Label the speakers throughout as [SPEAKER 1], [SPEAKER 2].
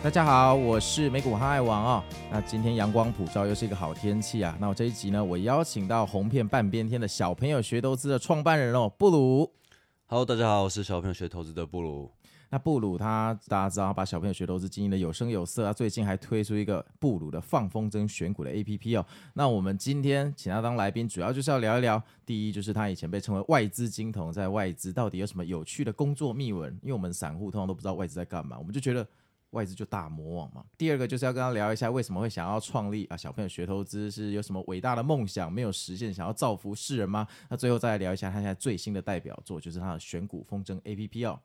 [SPEAKER 1] 大家好，我是美股航海王哦。那今天阳光普照，又是一个好天气啊。那我这一集呢，我邀请到红遍半边天的小朋友学投资的创办人哦，布鲁。
[SPEAKER 2] Hello，大家好，我是小朋友学投资的布鲁。
[SPEAKER 1] 那布鲁他大家知道，他把小朋友学投资经营的有声有色啊。最近还推出一个布鲁的放风筝选股的 A P P 哦。那我们今天请他当来宾，主要就是要聊一聊，第一就是他以前被称为外资金童，在外资到底有什么有趣的工作秘闻？因为我们散户通常都不知道外资在干嘛，我们就觉得。外资就大魔王嘛。第二个就是要跟他聊一下，为什么会想要创立啊？小朋友学投资是有什么伟大的梦想没有实现，想要造福世人吗？那最后再来聊一下他现在最新的代表作，就是他的选股风筝 A P P 哦。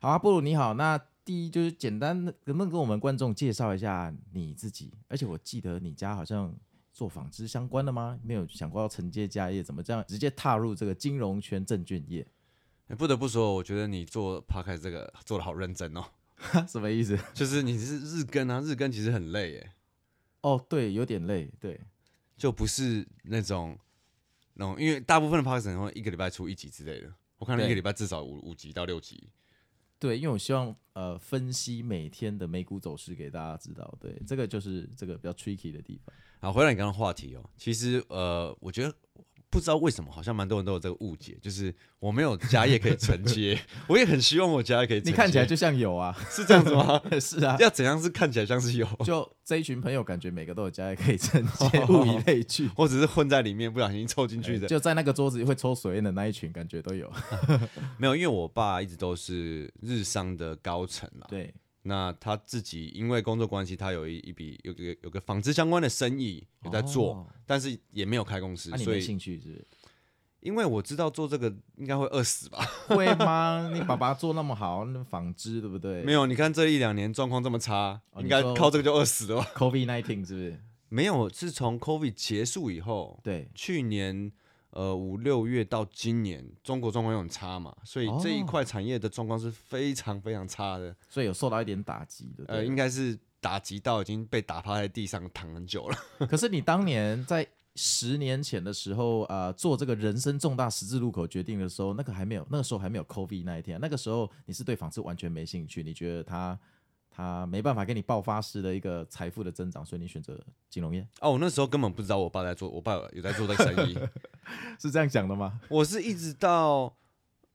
[SPEAKER 1] 好啊，布鲁你好，那第一就是简单的，能不能跟我们观众介绍一下你自己？而且我记得你家好像做纺织相关的吗？没有想过要承接家业，怎么这样直接踏入这个金融圈证券业？
[SPEAKER 2] 哎不得不说，我觉得你做 podcast 这个做的好认真哦，
[SPEAKER 1] 什么意思？
[SPEAKER 2] 就是你是日更啊，日更其实很累耶，
[SPEAKER 1] 哦，对，有点累，对，
[SPEAKER 2] 就不是那种那种，因为大部分的 podcast 可能会一个礼拜出一集之类的，我看了
[SPEAKER 1] 对
[SPEAKER 2] 一个礼拜至少五五集到六集。
[SPEAKER 1] 对，因为我希望呃分析每天的美股走势给大家知道，对，这个就是这个比较 tricky 的地方。
[SPEAKER 2] 好，回到你刚刚的话题哦，其实呃，我觉得不知道为什么，好像蛮多人都有这个误解，就是我没有家业可以 承接，我也很希望我家业可以承接。
[SPEAKER 1] 你看起来就像有啊，
[SPEAKER 2] 是这样子吗？
[SPEAKER 1] 是 啊，
[SPEAKER 2] 要怎样是看起来像是有？
[SPEAKER 1] 就这一群朋友感觉每个都有家业可以承接，物以类聚。
[SPEAKER 2] 我只是混在里面，不小心凑进去的。
[SPEAKER 1] 就在那个桌子会抽水烟的那一群，感觉都有。
[SPEAKER 2] 没有，因为我爸一直都是日商的高层啦。
[SPEAKER 1] 对，
[SPEAKER 2] 那他自己因为工作关系，他有一一笔有个有个纺织相关的生意有在做，
[SPEAKER 1] 哦
[SPEAKER 2] 但是也没有开公司，
[SPEAKER 1] 那、你
[SPEAKER 2] 所
[SPEAKER 1] 没
[SPEAKER 2] 以
[SPEAKER 1] 兴趣是
[SPEAKER 2] 因为我知道做这个应该会饿死吧？
[SPEAKER 1] 不是？会吗？你爸爸做那么好，那纺织对不对？
[SPEAKER 2] 没有，你看这一两年状况这么差，
[SPEAKER 1] 哦
[SPEAKER 2] 应该
[SPEAKER 1] 你说
[SPEAKER 2] 靠这个就饿死了吧？
[SPEAKER 1] COVID nineteen 是不是？
[SPEAKER 2] 没有，是从 COVID 结束以后，
[SPEAKER 1] 对，
[SPEAKER 2] 去年呃五六月到今年，中国状况又很差嘛，所以这一
[SPEAKER 1] 哦
[SPEAKER 2] 块产业的状况是非常非常差的。
[SPEAKER 1] 所以有受到一点打击，对不
[SPEAKER 2] 呃，
[SPEAKER 1] 对？
[SPEAKER 2] 应该是打击到已经被打趴在地上躺很久了。
[SPEAKER 1] 可是你当年在十年前的时候，呃，做这个人生重大十字路口决定的时候，那个还没有，那个时候还没有 COVID 那一天，那个时候你是对纺织完全没兴趣，你觉得它它没办法给你爆发式的一个财富的增长，所以你选择金融业，
[SPEAKER 2] 哦，我那时候根本不知道我爸在做，我爸有在做这个生 意。
[SPEAKER 1] 是这样讲的吗？
[SPEAKER 2] 我是一直到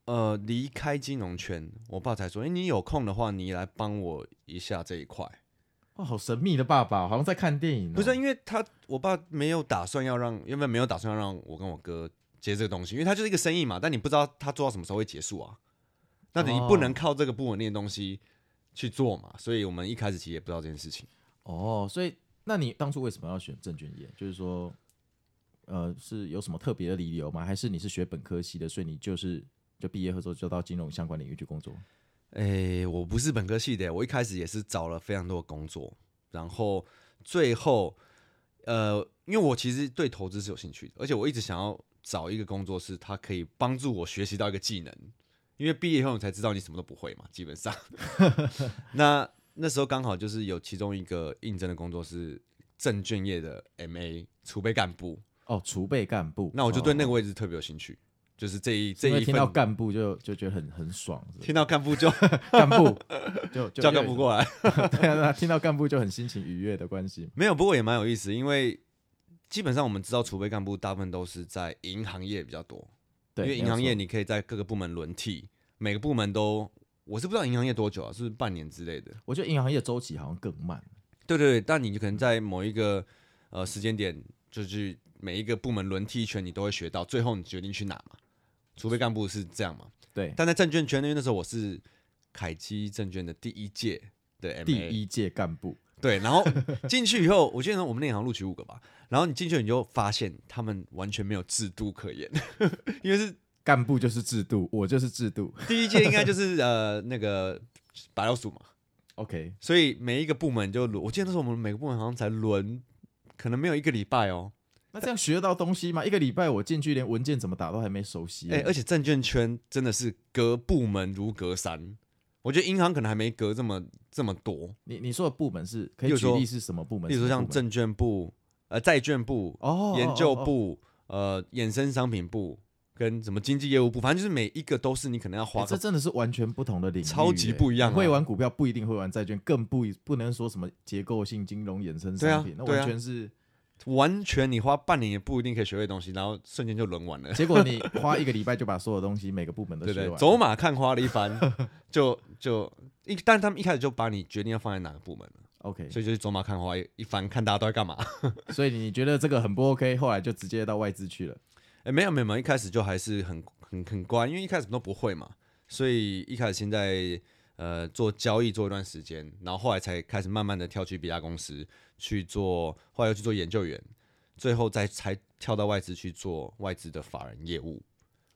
[SPEAKER 2] 呃离开金融圈，我爸才说：“哎、你有空的话，你来帮我一下这一块。
[SPEAKER 1] 哇，好神秘的爸爸，好像在看电影、哦。
[SPEAKER 2] 不是啊因为他，我爸没有打算要让，原本没有打算要让我跟我哥接这个东西，因为他就是一个生意嘛，但你不知道他做到什么时候会结束啊。那你
[SPEAKER 1] 哦
[SPEAKER 2] 不能靠这个不稳定的东西去做嘛，所以我们一开始其实也不知道这件事情。
[SPEAKER 1] 哦，所以那你当初为什么要选证券业？就是说，呃，是有什么特别的理由吗？还是你是学本科系的，所以你就是就毕业后之后就到金融相关领域去工作？
[SPEAKER 2] 诶、我不是本科系的，我一开始也是找了非常多的工作，然后最后，呃，因为我其实对投资是有兴趣的，而且我一直想要找一个工作是它可以帮助我学习到一个技能，因为毕业以后你才知道你什么都不会嘛，基 本上。那那时候刚好就是有其中一个应征的工作是证券业的 MA 储备干部，
[SPEAKER 1] 哦，储备干部。
[SPEAKER 2] 那我就对那
[SPEAKER 1] 哦
[SPEAKER 2] 个位置特别有兴趣，就是这一
[SPEAKER 1] 是
[SPEAKER 2] 这
[SPEAKER 1] 因为
[SPEAKER 2] 一
[SPEAKER 1] 听
[SPEAKER 2] 份
[SPEAKER 1] 到干部就就觉得很很爽，是不是
[SPEAKER 2] 听到干部就
[SPEAKER 1] 干部就 就
[SPEAKER 2] 叫干部
[SPEAKER 1] 来，
[SPEAKER 2] 过来。
[SPEAKER 1] 对啊，对啊听到干部就很心情愉悦的关系。
[SPEAKER 2] 没有，不过也蛮有意思，因为基本上我们知道储备干部大部分都是在银行业比较多，因
[SPEAKER 1] 对，
[SPEAKER 2] 为银行
[SPEAKER 1] 没有
[SPEAKER 2] 业
[SPEAKER 1] 错
[SPEAKER 2] 你可以在各个部门轮替，每个部门都，我是不知道银行业多久啊，是不是半年之类的？
[SPEAKER 1] 我觉得银行业周期好像更慢。
[SPEAKER 2] 对对对，但你可能在某一个呃时间点，就是每一个部门轮替一圈，你都会学到，最后你决定去哪嘛。储备干部是这样嘛？
[SPEAKER 1] 对，
[SPEAKER 2] 但在证券圈，因为那时候我是凯基证券的第一届的 MA，
[SPEAKER 1] 第一届干部
[SPEAKER 2] 对，然后进去以后，我记得我们那行录取五个吧，然后你进去你就发现他们完全没有制度可言， 因为是
[SPEAKER 1] 干部就是制度，我就是制度。
[SPEAKER 2] 第一届应该就是呃那个白老鼠嘛，
[SPEAKER 1] OK，
[SPEAKER 2] 所以每一个部门就轮，我记得那时候我们每个部门好像才轮，可能没有一个礼拜哦。
[SPEAKER 1] 那这样学得到东西吗？一个礼拜我进去连文件怎么打都还没熟悉。
[SPEAKER 2] 哎、而且证券圈真的是隔部门如隔山，我觉得银行可能还没隔这么这么多。
[SPEAKER 1] 你你说的部门是可
[SPEAKER 2] 例
[SPEAKER 1] 以
[SPEAKER 2] 如
[SPEAKER 1] 举
[SPEAKER 2] 说
[SPEAKER 1] 例是什么部门？
[SPEAKER 2] 例如说
[SPEAKER 1] 什么
[SPEAKER 2] 像
[SPEAKER 1] 部门
[SPEAKER 2] 证券部、呃债券部、
[SPEAKER 1] 哦
[SPEAKER 2] 研究
[SPEAKER 1] 哦哦
[SPEAKER 2] 部、呃衍生商品部跟什么经济业务部，反正就是每一个都是你可能要
[SPEAKER 1] 哦
[SPEAKER 2] 花
[SPEAKER 1] 哎这
[SPEAKER 2] 个。
[SPEAKER 1] 真的是完全不同的领域，
[SPEAKER 2] 超级
[SPEAKER 1] 哎
[SPEAKER 2] 不一样啊
[SPEAKER 1] 会玩股票不一定会玩债券，更不一不能说什么结构性金融衍生商品，那
[SPEAKER 2] 对啊对啊
[SPEAKER 1] 完全是。
[SPEAKER 2] 完全你花半年也不一定可以学会东西，然后瞬间就轮 完了。
[SPEAKER 1] 结果你花一个礼拜就把所有东西每个部门都
[SPEAKER 2] 对
[SPEAKER 1] 学
[SPEAKER 2] 对
[SPEAKER 1] 完，，
[SPEAKER 2] 走马看花了一 番，就就一，但他们一开始就把你决定要放在哪个部门了，
[SPEAKER 1] OK，
[SPEAKER 2] 所以就是走马看花一一番，看大家都在干嘛。
[SPEAKER 1] 所以你觉得这个很不 OK，后来就直接到外资去了。
[SPEAKER 2] 哎、没有没有没有，一开始就还是很很很乖，因为一开始什么都不会嘛，所以一开始先在呃做交易做一段时间，然后后来才开始慢慢的跳去别家公司去做，后来又去做研究员，最后再才跳到外资去做外资的法人业务。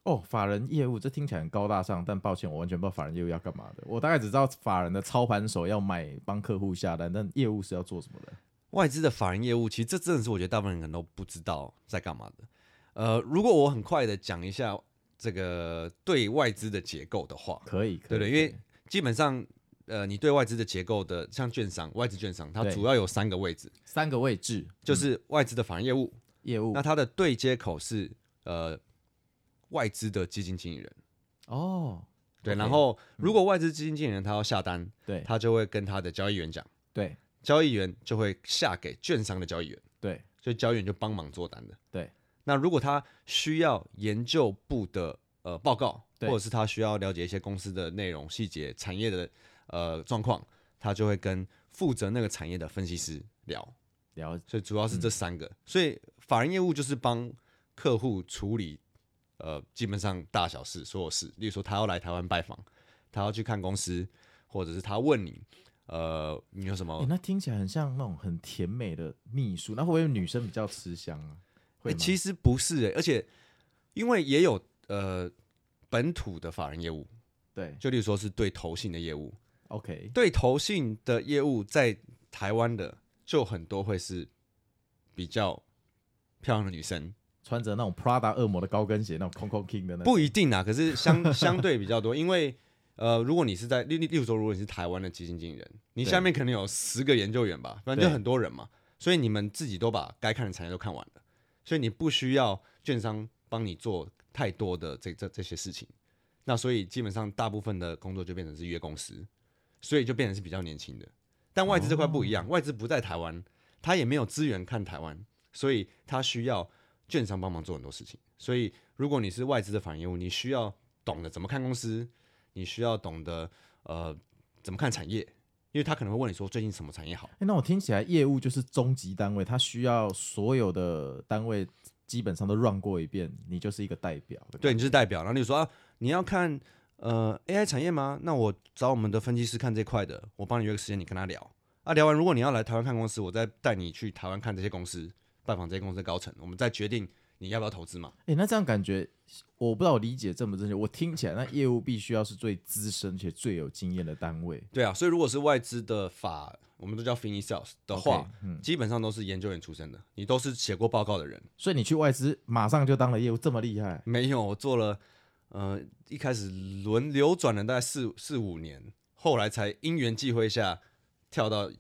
[SPEAKER 1] 哦，法人业务这听起来很高大上，但抱歉，我完全不知道法人业务要干嘛的。我大概只知道法人的操盘手要买帮客户下单，但业务是要做什么的？
[SPEAKER 2] 外资的法人业务，其实这真的是我觉得大部分人可能都不知道在干嘛的。呃，如果我很快的讲一下这个对外资的结构的话，
[SPEAKER 1] 可以，
[SPEAKER 2] 对
[SPEAKER 1] 可
[SPEAKER 2] 对，
[SPEAKER 1] 以
[SPEAKER 2] 因为基本上呃，你对外资的结构的，像券商、外资券商，它
[SPEAKER 1] 对嗯
[SPEAKER 2] 主要有三个位置，
[SPEAKER 1] 三个位置
[SPEAKER 2] 就是外资的法人业务，
[SPEAKER 1] 业务
[SPEAKER 2] 那它的对接口是呃外资的基金经理人，
[SPEAKER 1] 哦，
[SPEAKER 2] 对，
[SPEAKER 1] OK，嗯
[SPEAKER 2] 然后如果外资基金经理人他要下单，
[SPEAKER 1] 对
[SPEAKER 2] 他就会跟他的交易员讲，
[SPEAKER 1] 对
[SPEAKER 2] 交易员就会下给券商的交易员。
[SPEAKER 1] 对
[SPEAKER 2] 所以交易员就帮忙做单的。
[SPEAKER 1] 对，
[SPEAKER 2] 那如果他需要研究部的呃报告，
[SPEAKER 1] 对
[SPEAKER 2] 或者是他需要了解一些公司的内容、细节、产业的呃状况，他就会跟负责那个产业的分析师聊。
[SPEAKER 1] 了
[SPEAKER 2] 所以主要是
[SPEAKER 1] 嗯
[SPEAKER 2] 这三个。所以法人业务就是帮客户处理呃基本上大小事所有事，例如说他要来台湾拜访，他要去看公司，或者是他问你呃你有什么
[SPEAKER 1] 欸那听起来很像那种很甜美的秘书，那会不会女生比较吃香啊？会
[SPEAKER 2] 欸
[SPEAKER 1] 吗？
[SPEAKER 2] 其实不是、欸，而且因为也有呃本土的法人业务，
[SPEAKER 1] 对
[SPEAKER 2] 就例如说是对投信的业务，
[SPEAKER 1] ，OK，
[SPEAKER 2] 对投信的业务在台湾的就很多会是比较漂亮的女生，
[SPEAKER 1] 穿着那种 Prada 恶魔的高跟鞋，那种 c o n c o King 的那种
[SPEAKER 2] 不一定啊，可是相 相对比较多，因为。呃，如果你是在例例例如说，如果你是台湾的基金经理人，你
[SPEAKER 1] 对
[SPEAKER 2] 下面可能有十个研究员吧，反正
[SPEAKER 1] 对
[SPEAKER 2] 就很多人嘛，所以你们自己都把该看的产业都看完了，所以你不需要券商帮你做太多的这这这些事情。那所以基本上大部分的工作就变成是约公司，所以就变成是比较年轻的。但外资这块不一
[SPEAKER 1] 哦
[SPEAKER 2] 样，外资不在台湾，他也没有资源看台湾，所以他需要券商帮忙做很多事情。所以如果你是外资的法人业务，你需要懂得怎么看公司，你需要懂得呃怎么看产业，因为他可能会问你说最近什么产业好。
[SPEAKER 1] 欸那我听起来业务就是终极单位，它需要所有的单位基本上都 run 过一遍，你就是一个代表的。
[SPEAKER 2] 对，你就是代表。然后你说啊，你要看呃 AI 产业吗？那我找我们的分析师看这块的，我帮你约个时间，你跟他聊。啊，聊完如果你要来台湾看公司，我再带你去台湾看这些公司，拜访这些公司的高层，我们再决定你要不要投资嘛。
[SPEAKER 1] 哎、那这样感觉，我不知道我理解正不正确。我听起来，那业务必须要是最资深且最有经验的单位。
[SPEAKER 2] 对啊，所以如果是外资的法，我们都叫 fini sales 的话
[SPEAKER 1] OK，嗯，
[SPEAKER 2] 基本上都是研究员出身的，你都是写过报告的人。
[SPEAKER 1] 所以你去外资，马上就当了业务，这么厉害？
[SPEAKER 2] 没有，我做了，呃，一开始轮流转了大概四四五年，后来才因缘际会下跳到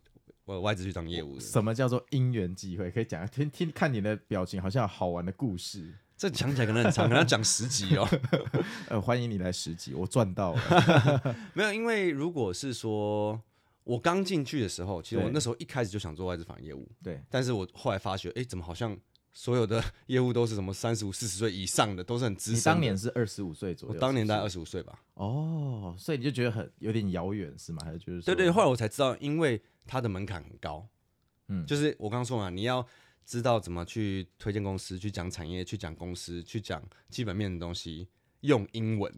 [SPEAKER 2] 呃外资去当业务的。
[SPEAKER 1] 什么叫做因缘际会？可以讲听听看你的表情，好像有好玩的故事。
[SPEAKER 2] 这讲起来可能很长，可能要讲十集哦。
[SPEAKER 1] 呃，欢迎你来十集，我赚到了。
[SPEAKER 2] 没有，因为如果是说我刚进去的时候，其实我
[SPEAKER 1] 对
[SPEAKER 2] 那时候一开始就想做外资法人业务，
[SPEAKER 1] 对，
[SPEAKER 2] 但是我后来发觉，哎，怎么好像所有的 业务都是什么三十五、四十岁以上的，都是很资
[SPEAKER 1] 你
[SPEAKER 2] 深的。
[SPEAKER 1] 当年是二十五岁左
[SPEAKER 2] 我
[SPEAKER 1] 右，
[SPEAKER 2] 当年大概
[SPEAKER 1] 是
[SPEAKER 2] 二
[SPEAKER 1] 不是
[SPEAKER 2] 十五岁吧。
[SPEAKER 1] 哦，所以你就觉得很有点遥远是吗？还是觉得
[SPEAKER 2] 对对，
[SPEAKER 1] 说
[SPEAKER 2] 后来我才知道，因为它的门槛很高，
[SPEAKER 1] 嗯
[SPEAKER 2] 嗯，就是我刚刚说嘛，你要知道怎么去推荐公司，去讲产业，去讲公司，去讲基本面的东西，用英文，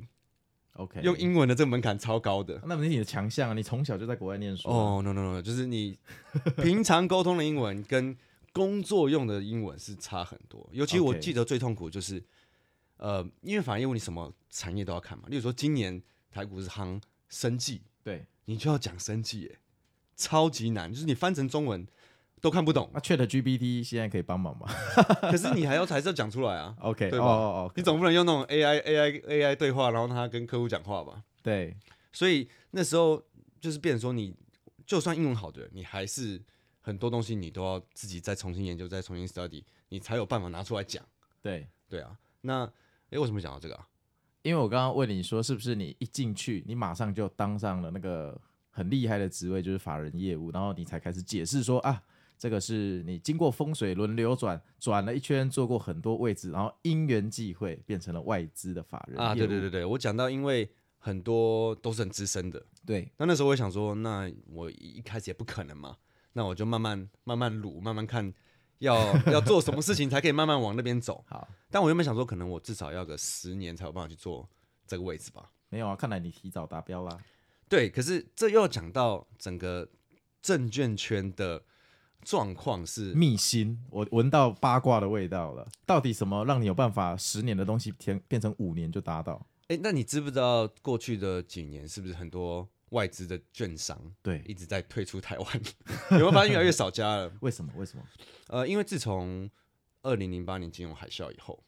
[SPEAKER 1] OK
[SPEAKER 2] 用英文的这个门槛超高的。
[SPEAKER 1] 那不是你的强项啊，你从小就在国外念书、哦，
[SPEAKER 2] 哦、n o no no，就是你 平常沟通的英文跟工作用的英文是差很多。尤其我
[SPEAKER 1] OK
[SPEAKER 2] 记得最痛苦就是呃，因为反正因为你什么产业都要看嘛，例如说今年台股是夯生计，
[SPEAKER 1] 对，
[SPEAKER 2] 你就要讲生计耶，超级难，就是你翻成中文都看 不懂
[SPEAKER 1] 那，Chat 啊 GPT 现在可以帮忙吗
[SPEAKER 2] 可是你还要还是要讲出来啊。
[SPEAKER 1] ？OK，
[SPEAKER 2] 对
[SPEAKER 1] 哦
[SPEAKER 2] 吧
[SPEAKER 1] 哦哦，
[SPEAKER 2] 你总不能用那种 AI AI AI 对话，然后他跟客户讲话吧？
[SPEAKER 1] 对，
[SPEAKER 2] 所以那时候就是变成说你，就算英文好的人，你还是很多东西你都要自己再重新研究，再重新 study，你才有办法拿出来讲。
[SPEAKER 1] 对，
[SPEAKER 2] 对啊，那诶、为什么讲到这个啊？
[SPEAKER 1] 因为我刚刚问你说，是不是你一进去，你马上就当上了那个很厉害的职位，就是法人业务，然后你才开始解释说啊，这个是你经过风水轮流转，转了一圈，做过很多位置，然后因缘际会变成了外资的法人
[SPEAKER 2] 啊，对
[SPEAKER 1] 业务
[SPEAKER 2] 对对对，我讲到因为很多都是很资深的，
[SPEAKER 1] 对
[SPEAKER 2] 那那时候我也想说，那我一开始也不可能嘛，那我就慢慢慢慢撸，慢慢看要要做什么事情才可以慢慢往那边走。
[SPEAKER 1] 好，
[SPEAKER 2] 但我原本想说，可能我至少要个十年才有办法去做这个位置吧。
[SPEAKER 1] 没有啊，看来你提早达标啦。
[SPEAKER 2] 对，可是这又讲到整个证券圈的状况是，
[SPEAKER 1] 秘辛，我闻到八卦的味道了。到底什么让你有办法十年的东西变变成五年就达到？
[SPEAKER 2] 哎、那你知不知道过去的几年是不是很多外资的券商
[SPEAKER 1] 对，
[SPEAKER 2] 一直在退出台湾？ 有没有发现越来越少家了？
[SPEAKER 1] 为什么？为什么？
[SPEAKER 2] 呃，因为自从二零零八年金融海啸以后，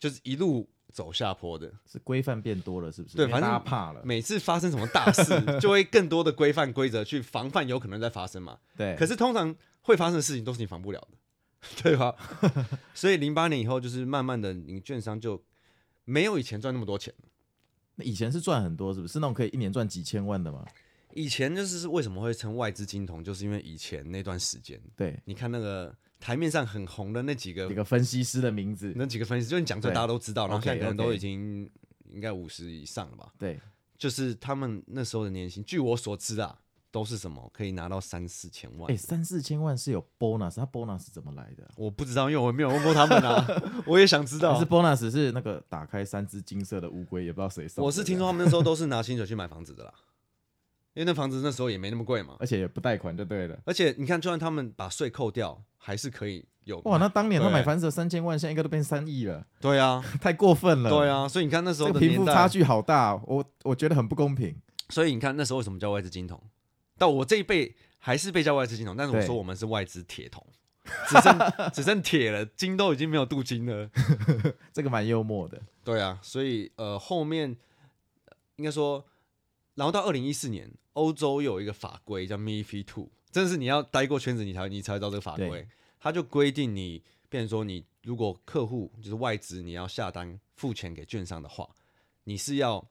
[SPEAKER 2] 就是一路走下坡的。
[SPEAKER 1] 是规范变多了，是不是？
[SPEAKER 2] 对
[SPEAKER 1] 因为
[SPEAKER 2] 反正
[SPEAKER 1] 大家怕了。
[SPEAKER 2] 每次发生什么大事，就会更多的规范规则去防范有可能再发生嘛。
[SPEAKER 1] 对，
[SPEAKER 2] 可是通常会发生的事情都是你防不了的， 对吧？所以零八年以后，就是慢慢的，你券商就没有以前赚那么多钱。
[SPEAKER 1] 那以前是赚很多，是不是？是那种可以一年赚几千万的吗？
[SPEAKER 2] 以前就是为什么会称外资金童，就是因为以前那段时间，
[SPEAKER 1] 对，
[SPEAKER 2] 你看那个台面上很红的那几个
[SPEAKER 1] 一个分析师的名字，
[SPEAKER 2] 那几个分析，就是你讲出来
[SPEAKER 1] 对
[SPEAKER 2] 大家都知道，然后
[SPEAKER 1] OK，
[SPEAKER 2] 现在可能都
[SPEAKER 1] OK
[SPEAKER 2] 已经应该五十以上了吧。
[SPEAKER 1] 对，
[SPEAKER 2] 就是他们那时候的年薪，据我所知啊，都是什么可以拿到三四千万。
[SPEAKER 1] 哎，三四千万是有 bonus，他 bonus 怎么来的啊？
[SPEAKER 2] 我不知道，因为我没有问过他们 啊，我也想知道
[SPEAKER 1] 还是。bonus 是那个打开三只金色的乌龟，也不知道谁送的。
[SPEAKER 2] 我是听说他们那时候都是拿薪水去买房子的啦，因为那房子那时候也没那么贵嘛
[SPEAKER 1] 这样，。而且也不贷款就对了。
[SPEAKER 2] 而且你看，就算他们把税扣掉，还是可以有。
[SPEAKER 1] 哇，那当年他
[SPEAKER 2] 对
[SPEAKER 1] 买房子有三千万，现在应该都变三亿了，
[SPEAKER 2] 对啊，
[SPEAKER 1] 太过分了。
[SPEAKER 2] 对啊，所以你看那时
[SPEAKER 1] 这
[SPEAKER 2] 候
[SPEAKER 1] 个
[SPEAKER 2] 的
[SPEAKER 1] 贫富
[SPEAKER 2] 年
[SPEAKER 1] 差
[SPEAKER 2] 代，
[SPEAKER 1] 距好大哦，我我觉得很不公平。
[SPEAKER 2] 所以你看那时候为什么叫外资金童？到我这一辈还是被叫外资金童，但是我
[SPEAKER 1] 对
[SPEAKER 2] 说我们是外资铁童，只剩 只剩铁了，金都已经没有镀金了。
[SPEAKER 1] 这个蛮幽默的。
[SPEAKER 2] 对啊，所以呃，后面呃应该说，然后到二零一四年，欧洲有一个法规叫 MiFID Two，真的是你要待过圈子，你才你才知道这个法规
[SPEAKER 1] 对，
[SPEAKER 2] 它就规定你，变成说你如果客户就是外资，你要下单付钱给券商的话，你是要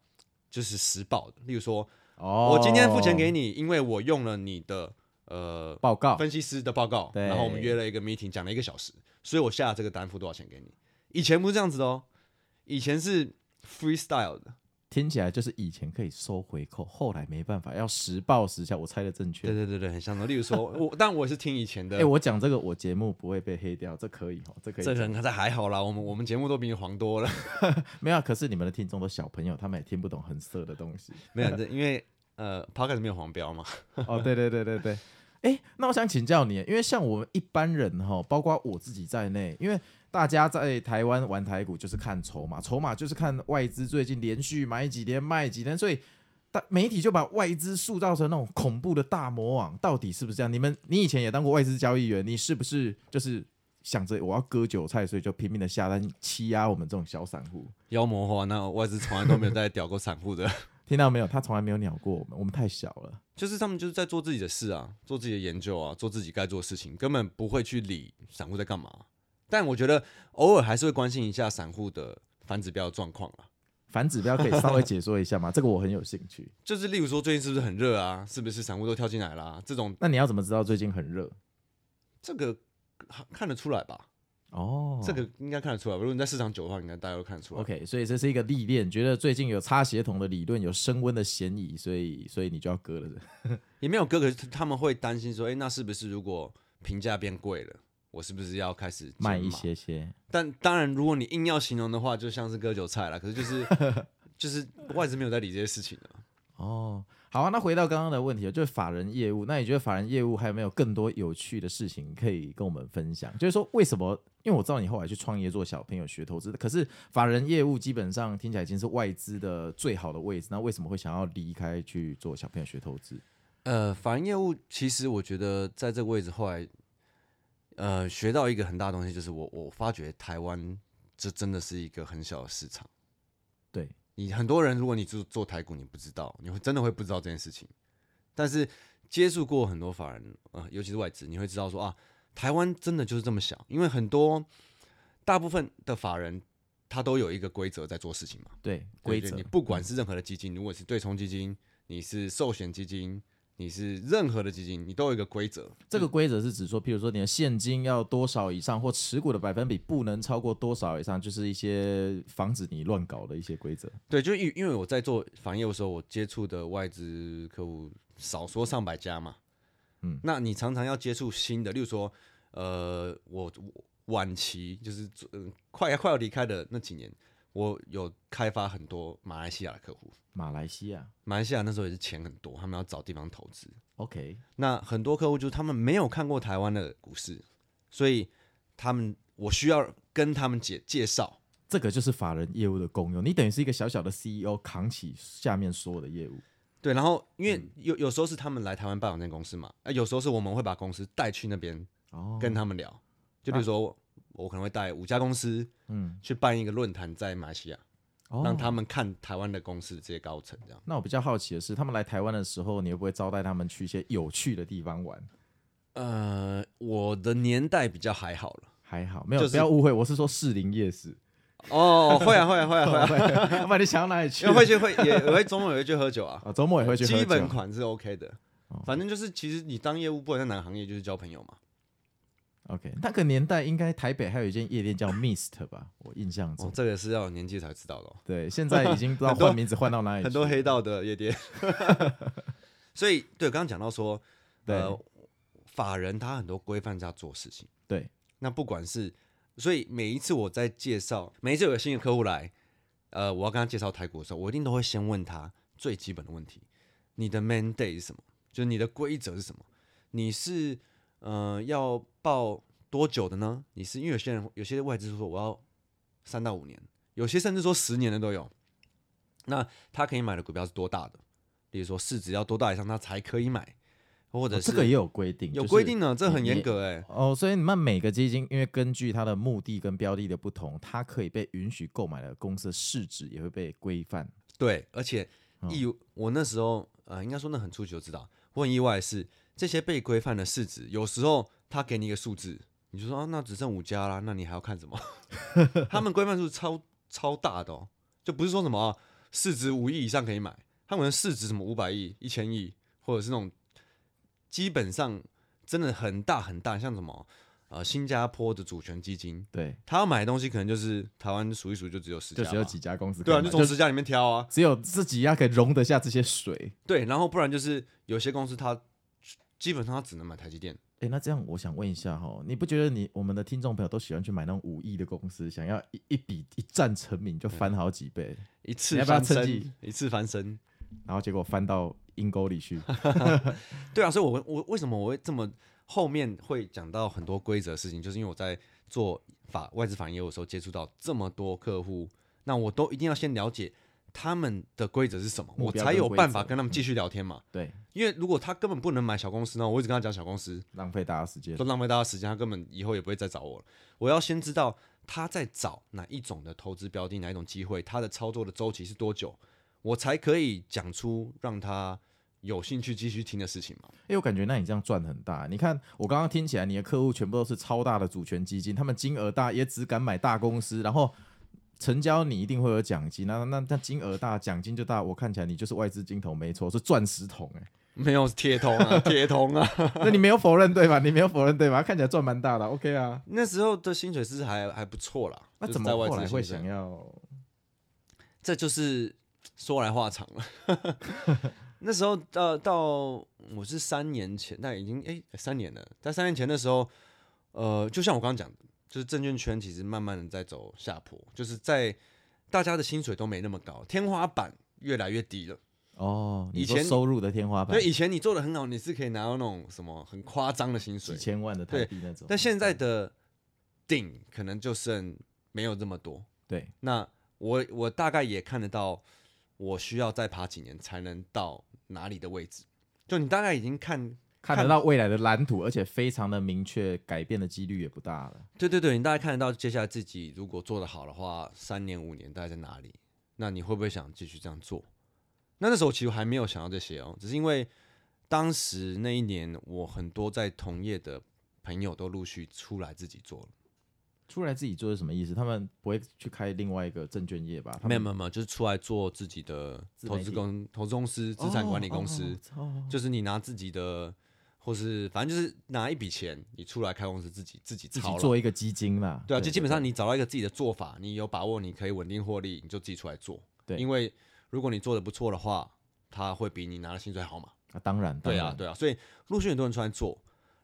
[SPEAKER 2] 就是实报的，例如说、
[SPEAKER 1] 哦
[SPEAKER 2] 我今天付钱给你，因为我用了你的呃
[SPEAKER 1] 报告，
[SPEAKER 2] 分析师的报告，
[SPEAKER 1] 对
[SPEAKER 2] 然后我们约了一个 meeting，讲了一个小时，所以我下了这个单付多少钱给你？以前不是这样子的哦，以前是 freestyle 的，
[SPEAKER 1] 听起来就是以前可以收回扣，后来没办法，要实报实销。我猜的正确。
[SPEAKER 2] 对对对对，很像的。例如 说，我但我也是听以前的，
[SPEAKER 1] 哎、我讲这个，我节目不会被黑掉，这可以哦，这可以
[SPEAKER 2] 这
[SPEAKER 1] 讲。
[SPEAKER 2] 人这还好啦，我 们我们节目都比你黄多了，
[SPEAKER 1] 没有啊、可是你们的听众都小朋友，他们也听不懂很色的东西。
[SPEAKER 2] 没有，这因为呃 p o c k e t 没有黄标嘛，
[SPEAKER 1] 哦，对对对对对。哎，那我想请教你，因为像我们一般人哈、包括我自己在内，因为大家在台湾玩台股就是看筹码，筹码就是看外资最近连续买几天卖几天，所以大媒体就把外资塑造成那种恐怖的大魔王，到底是不是这样？你们，你以前也当过外资交易员，你是不是就是想着我要割韭菜，所以就拼命的下单欺压我们这种小散户？
[SPEAKER 2] 妖魔化，那外资从来都没有在屌过散户的，
[SPEAKER 1] 听到没有？他从来没有鸟过我们，我们太小了。
[SPEAKER 2] 就是他们就是在做自己的事啊，做自己的研究啊，做自己该做的事情，根本不会去理散户在干嘛。但我觉得偶尔还是会关心一下散户的反指标的状况啊，
[SPEAKER 1] 反指标可以稍微解说一下吗？这个我很有兴趣。
[SPEAKER 2] 就是例如说最近是不是很热啊，是不是散户都跳进来啦、这种
[SPEAKER 1] 那你要怎么知道最近很热？
[SPEAKER 2] 这个看看得出来吧？
[SPEAKER 1] 哦，
[SPEAKER 2] 这个应该看得出来吧。如果你在市场久的话，应该大家都看得出来。
[SPEAKER 1] OK，所以这是一个历练，觉得最近有擦鞋桶的理论有升温的嫌疑，所以所以你就要割了是不是。
[SPEAKER 2] 也没有哥，可是他们会担心说，哎、那是不是如果评价变贵了，我是不是要开始减
[SPEAKER 1] 卖一
[SPEAKER 2] 码
[SPEAKER 1] 些些，
[SPEAKER 2] 但当然，如果你硬要形容的话，就像是割韭菜啦。可是就是就是外资没有在理这些事情的、啊
[SPEAKER 1] 哦，好啊。那回到刚刚的问题，就是法人业务，那你觉得法人业务还有没有更多有趣的事情可以跟我们分享？就是说，为什么？因为我知道你后来去创业做小朋友学投资，可是法人业务基本上听起来已经是外资的最好的位置，那为什么会想要离开去做小朋友学投资？
[SPEAKER 2] 呃，法人业务其实我觉得在这个位置后来，呃，学到一个很大的东西，就是我我发觉台湾这真的是一个很小的市场。
[SPEAKER 1] 对，
[SPEAKER 2] 你很多人，如果你做做台股，你不知道，你会真的会不知道这件事情。但是接触过很多法人啊、呃尤其是外资，你会知道说啊，台湾真的就是这么小，因为很多大部分的法人他都有一个规则在做事情嘛。
[SPEAKER 1] 对
[SPEAKER 2] 对
[SPEAKER 1] 规
[SPEAKER 2] 对
[SPEAKER 1] 则
[SPEAKER 2] 你，不管是任何的基金，如果是对冲基金，你是寿险基金，你是任何的基金，你都有一个规则。
[SPEAKER 1] 这个规则是指说，譬如说你的现金要多少以上，或持股的百分比不能超过多少以上，就是一些防止你乱搞的一些规则。
[SPEAKER 2] 对，就因因为我在做反业务的时候，我接触的外资客户少说上百家嘛，
[SPEAKER 1] 嗯，
[SPEAKER 2] 那你常常要接触新的，例如说，呃，我我晚期就是嗯、快要快要离开的那几年，我有开发很多马来西亚的客户，
[SPEAKER 1] 马来西亚
[SPEAKER 2] 马来西亚那时候也是钱很多，他们要找地方投资，
[SPEAKER 1] ，OK，
[SPEAKER 2] 那很多客户就是他们没有看过台湾的股市，所以他们我需要跟他们介介绍。
[SPEAKER 1] 这个就是法人业务的功用。你等于是一个小小的 CEO 扛起下面所有的业务。
[SPEAKER 2] 对，然后因为有有时候是他们来台湾办网站公司嘛，啊，有时候是我们会把公司带去那边
[SPEAKER 1] 哦，
[SPEAKER 2] 跟他们聊，就比如说我我可能会带五家公司
[SPEAKER 1] 嗯，
[SPEAKER 2] 去办一个论坛在马来西亚，
[SPEAKER 1] 哦
[SPEAKER 2] 让他们看台湾的公司这些高层这样。
[SPEAKER 1] 那我比较好奇的是，他们来台湾的时候，你会不会招待他们去一些有趣的地方玩？
[SPEAKER 2] 呃，我的年代比较还好了。
[SPEAKER 1] 还好，没有，
[SPEAKER 2] 就是
[SPEAKER 1] 不要误会，我是说士林夜 市。
[SPEAKER 2] 哦，会啊，会啊，会啊，会 啊，
[SPEAKER 1] 要不然你想到哪里去
[SPEAKER 2] 因？为会去会也也会中午也会去喝酒啊。
[SPEAKER 1] 啊，周末也会去喝酒。
[SPEAKER 2] 基本款是 OK 的
[SPEAKER 1] 哦。
[SPEAKER 2] 反正就是，其实你当业务，不管在哪个行业，就是交朋友嘛。
[SPEAKER 1] OK，那个年代应该台北还有一间夜店叫 Mist 吧，我印象中。
[SPEAKER 2] 哦，这个是要有年纪才知道的、哦，
[SPEAKER 1] 对，现在已经不知道
[SPEAKER 2] 很多
[SPEAKER 1] 换名字换到哪里去
[SPEAKER 2] 很多黑道的 夜店。 所以，对，刚刚讲到说，
[SPEAKER 1] 对
[SPEAKER 2] 呃，法人他很多规范在做事情。
[SPEAKER 1] 对，
[SPEAKER 2] 那不管是，所以每一次我在介绍，每一次有新的客户来，呃，我要跟他介绍台股的时候，我一定都会先问他最基本的问题：你的 mandate 是什么？就是你的规则是什么？你是呃要报多久的呢？你是因为有些人有些外资说我要三到五年，有些甚至说十年的都有。那他可以买的股票是多大的？例如说市值要多大以上，他才可以买，或者
[SPEAKER 1] 哦
[SPEAKER 2] 是、
[SPEAKER 1] 这个也有规定，
[SPEAKER 2] 有
[SPEAKER 1] 就是
[SPEAKER 2] 规定呢，这很
[SPEAKER 1] 你
[SPEAKER 2] 严格哎、
[SPEAKER 1] 哦。所以你们每个基金，因为根据它的目的跟标的的不同，它可以被允许购买的公司的市值也会被规范。
[SPEAKER 2] 对，而且
[SPEAKER 1] 嗯
[SPEAKER 2] 意、我那时候呃，应该说那很初级就知道，我很意外的是这些被规范的市值，有时候他给你一个数字，你就说啊，那只剩五家啦，那你还要看什么？ 他们规范数超超大的哦，就不是说什么、啊、市值五亿以上可以买，他们市值什么五百亿、一千亿，或者是那种基本上真的很大很大，像什么呃新加坡的主权基金。
[SPEAKER 1] 对，
[SPEAKER 2] 他要买的东西可能就是台湾数一数就只有十
[SPEAKER 1] 就
[SPEAKER 2] 家，
[SPEAKER 1] 只有几家公司可以
[SPEAKER 2] 对啊，
[SPEAKER 1] 买，
[SPEAKER 2] 就从十家里面挑啊。
[SPEAKER 1] 只有自己要可以容得下这些水。
[SPEAKER 2] 对，然后不然就是有些公司它基本上它只能买台积电。
[SPEAKER 1] 哎，那这样我想问一下哈，你不觉得你我们的听众朋友都喜欢去买那种五亿的公司，想要一一笔一战成名就翻好几倍，
[SPEAKER 2] 一
[SPEAKER 1] 你
[SPEAKER 2] 次
[SPEAKER 1] 要不要
[SPEAKER 2] 翻
[SPEAKER 1] 趁
[SPEAKER 2] 身
[SPEAKER 1] 机，
[SPEAKER 2] 一次翻身。
[SPEAKER 1] 然后结果翻到阴沟里 去？
[SPEAKER 2] 对啊，所以我我为什么我会这么后面会讲到很多规则的事情，就是因为我在做法外资法人业务的时候接触到这么多客户，那我都一定要先了解他们的规则是什么，
[SPEAKER 1] 目
[SPEAKER 2] 我
[SPEAKER 1] 标
[SPEAKER 2] 才
[SPEAKER 1] 跟
[SPEAKER 2] 有
[SPEAKER 1] 规
[SPEAKER 2] 办法
[SPEAKER 1] 则
[SPEAKER 2] 跟他们继续聊天嘛。
[SPEAKER 1] 对，
[SPEAKER 2] 因为如果他根本不能买小公司呢，我一直跟他讲小公司，
[SPEAKER 1] 浪费大家时间。
[SPEAKER 2] 都浪费大家时间，他根本以后也不会再找我了。我要先知道他在找哪一种的投资标的，哪一种机会，他的操作的周期是多久，我才可以讲出让他有兴趣继续听的事情嘛。
[SPEAKER 1] 哎、我感觉那你这样赚很大。你看，我刚刚听起来，你的客户全部都是超大的主权基金，他们金额大，也只敢买大公司，然后成交你一定会有奖金。那那那金额大，奖金就大。我看起来你就是外资金童没错，是钻石桶哎、
[SPEAKER 2] 没有铁桶 啊，铁桶啊！
[SPEAKER 1] 那你没有否认对吧？你没有否认对吧？看起来赚蛮大的，OK 啊。
[SPEAKER 2] 那时候的薪水是还还不错啦。
[SPEAKER 1] 那
[SPEAKER 2] 就是
[SPEAKER 1] 怎么
[SPEAKER 2] 在外
[SPEAKER 1] 后
[SPEAKER 2] 资
[SPEAKER 1] 来
[SPEAKER 2] 的
[SPEAKER 1] 会
[SPEAKER 2] 薪水
[SPEAKER 1] 想要？
[SPEAKER 2] 这就是说来话长了。 那时候到到我是三年前，那已经哎、三年了。但三年前的时候，呃，就像我刚刚讲的，就是证券圈其实慢慢的在走下坡，就是在大家的薪水都没那么高，天花板越来越低了。
[SPEAKER 1] 哦，你
[SPEAKER 2] 以
[SPEAKER 1] 说
[SPEAKER 2] 前
[SPEAKER 1] 收入的天花
[SPEAKER 2] 所
[SPEAKER 1] 板
[SPEAKER 2] 以以前你做的很好，你是可以拿到那种什么很夸张的薪
[SPEAKER 1] 几
[SPEAKER 2] 水，
[SPEAKER 1] 千万的台币那种，
[SPEAKER 2] 但现在的顶可能就剩没有这么多。
[SPEAKER 1] 对
[SPEAKER 2] 那我我大概也看得到，我需要再爬几年才能到哪里的位置。就你大概已经看，
[SPEAKER 1] 看得到未来的蓝图，而且非常的明确，改变的几率也不大了。
[SPEAKER 2] 对对对，你大概看得到接下来自己如果做得好的话，三年五年大概在哪里？那你会不会想继续这样做？那那时候其实还没有想到这些哦，只是因为当时那一年我很多在同业的朋友都陆续出来自己做了。
[SPEAKER 1] 出来自己做是什么意思？他们不会去开另外一个证券业吧？他们
[SPEAKER 2] 没有没有没有，就是出来做自己的
[SPEAKER 1] 自
[SPEAKER 2] 投
[SPEAKER 1] 媒
[SPEAKER 2] 资
[SPEAKER 1] 体
[SPEAKER 2] 公投资公司、资产管理公司，
[SPEAKER 1] 哦哦哦
[SPEAKER 2] 就是你拿自己的，或是反正就是拿一笔钱，你出来开公司自己自己
[SPEAKER 1] 自
[SPEAKER 2] 操
[SPEAKER 1] 己
[SPEAKER 2] 了
[SPEAKER 1] 做一个基金啦。
[SPEAKER 2] 对啊，就基本上你找到一个自己的做法，你有把握你可以稳定获利，你就自己出来做。
[SPEAKER 1] 对
[SPEAKER 2] 因为如果你做的不错的话，它会比你拿的薪水好嘛。
[SPEAKER 1] 啊，当然，
[SPEAKER 2] 对
[SPEAKER 1] 当
[SPEAKER 2] 啊
[SPEAKER 1] 然，，
[SPEAKER 2] 对啊，所以陆续很多人出来做。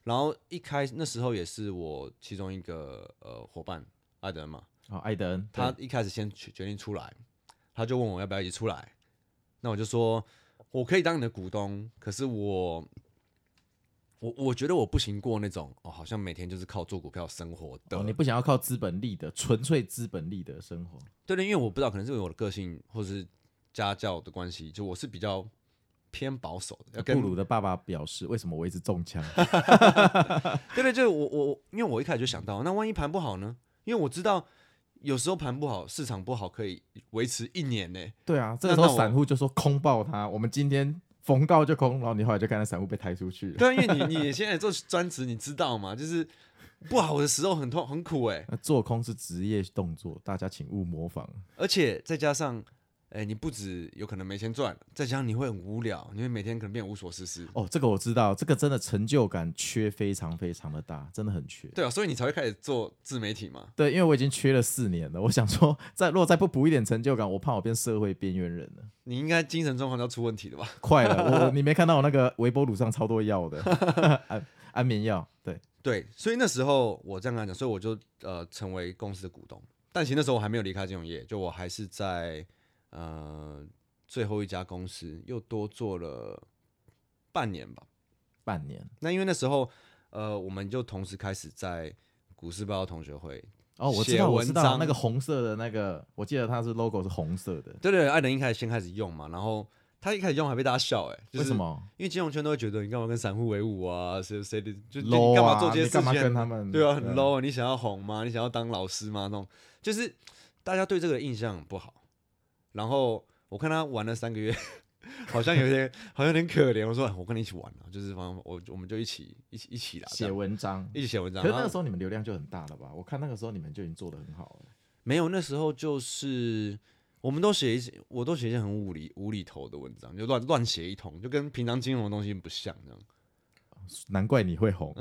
[SPEAKER 2] 然后一开那时候也是我其中一个呃伙伴艾德嘛，
[SPEAKER 1] 啊好，艾德恩
[SPEAKER 2] 他
[SPEAKER 1] 对
[SPEAKER 2] 一开始先决决定出来，他就问我要不要一起出来，那我就说我可以当你的股东，可是我我我觉得我不行过那种哦，好像每天就是靠做股票生活的，
[SPEAKER 1] 哦你不想要靠资本利的，纯粹资本利的生活，
[SPEAKER 2] 对对，因为我不知道，可能是因为我的个性或是家教的关系，就我是比较偏保守的，
[SPEAKER 1] 布
[SPEAKER 2] 要跟
[SPEAKER 1] 鲁的爸爸表示，为什么我一直中 枪？
[SPEAKER 2] 对对，就是我我我，因为我一开始就想到，那万一盘不好呢？因为我知道有时候盘不好，市场不好可以维持一年呢。
[SPEAKER 1] 对啊，这个时
[SPEAKER 2] 那
[SPEAKER 1] 候
[SPEAKER 2] 我
[SPEAKER 1] 散户就说空爆他，我们今天逢高就空，然后你后来就看到散户被抬出去了。
[SPEAKER 2] 对啊，因为你你现在做专职，你知道吗？就是不好的时候很痛很苦哎，
[SPEAKER 1] 那做空是职业动作，大家请勿模仿。
[SPEAKER 2] 而且再加上。哎，你不止有可能没钱赚，再加上你会很无聊，你会每天可能变无所事事。
[SPEAKER 1] 哦，这个我知道，这个真的成就感缺非常非常的大，真的很缺。
[SPEAKER 2] 对啊，所以你才会开始做自媒体嘛。
[SPEAKER 1] 对，因为我已经缺了四年了，我想说，再如果再不补一点成就感，我怕我变社会边缘人了。
[SPEAKER 2] 你应该精神状况都出问题了吧？
[SPEAKER 1] 快了，我你没看到我那个微波炉上超多药的安安眠药，对，
[SPEAKER 2] 对，所以那时候我这样跟他讲，所以我就呃成为公司的股东。但其实那时候我还没有离开金融业，就我还是在呃最后一家公司又多做了半年吧。
[SPEAKER 1] 半年。
[SPEAKER 2] 那因为那时候呃我们就同时开始在股市报告同学会，
[SPEAKER 1] 哦，我知
[SPEAKER 2] 写
[SPEAKER 1] 道，我
[SPEAKER 2] 文
[SPEAKER 1] 知道
[SPEAKER 2] 章
[SPEAKER 1] 那个红色的那个，我记得它是 logo 是红色的，
[SPEAKER 2] 对对，艾伦一开始先开始用嘛，然后他一开始用还被大家笑哎、就是
[SPEAKER 1] 为什？么
[SPEAKER 2] 因为金融圈都会觉得你干嘛跟散户为伍啊，谁谁的就就你
[SPEAKER 1] low
[SPEAKER 2] 干
[SPEAKER 1] 啊？
[SPEAKER 2] 嘛做这些
[SPEAKER 1] 你
[SPEAKER 2] 事
[SPEAKER 1] 干
[SPEAKER 2] 情
[SPEAKER 1] 嘛
[SPEAKER 2] 啊？
[SPEAKER 1] 跟他们？
[SPEAKER 2] 对啊，很 low 啊！你想要红吗？你想要当老师吗？那种就是大家对这个印象很不好。然后我看他玩了三个月， 好像有点好像有点可怜。我说哎我跟你一起玩啊，就是反正我我们就一起一起一起啦，这
[SPEAKER 1] 写
[SPEAKER 2] 样
[SPEAKER 1] 文章。
[SPEAKER 2] 一起写文章。
[SPEAKER 1] 可是那
[SPEAKER 2] 然
[SPEAKER 1] 个
[SPEAKER 2] 后
[SPEAKER 1] 时候你们流量就很大了吧？我看那个时候你们就已经做的很好了。
[SPEAKER 2] 没有，那时候就是我们都写一些，我都写一些很无厘无厘头的文章，就乱乱写一通，就跟平常金融的东西不像这样。
[SPEAKER 1] 难怪你会红，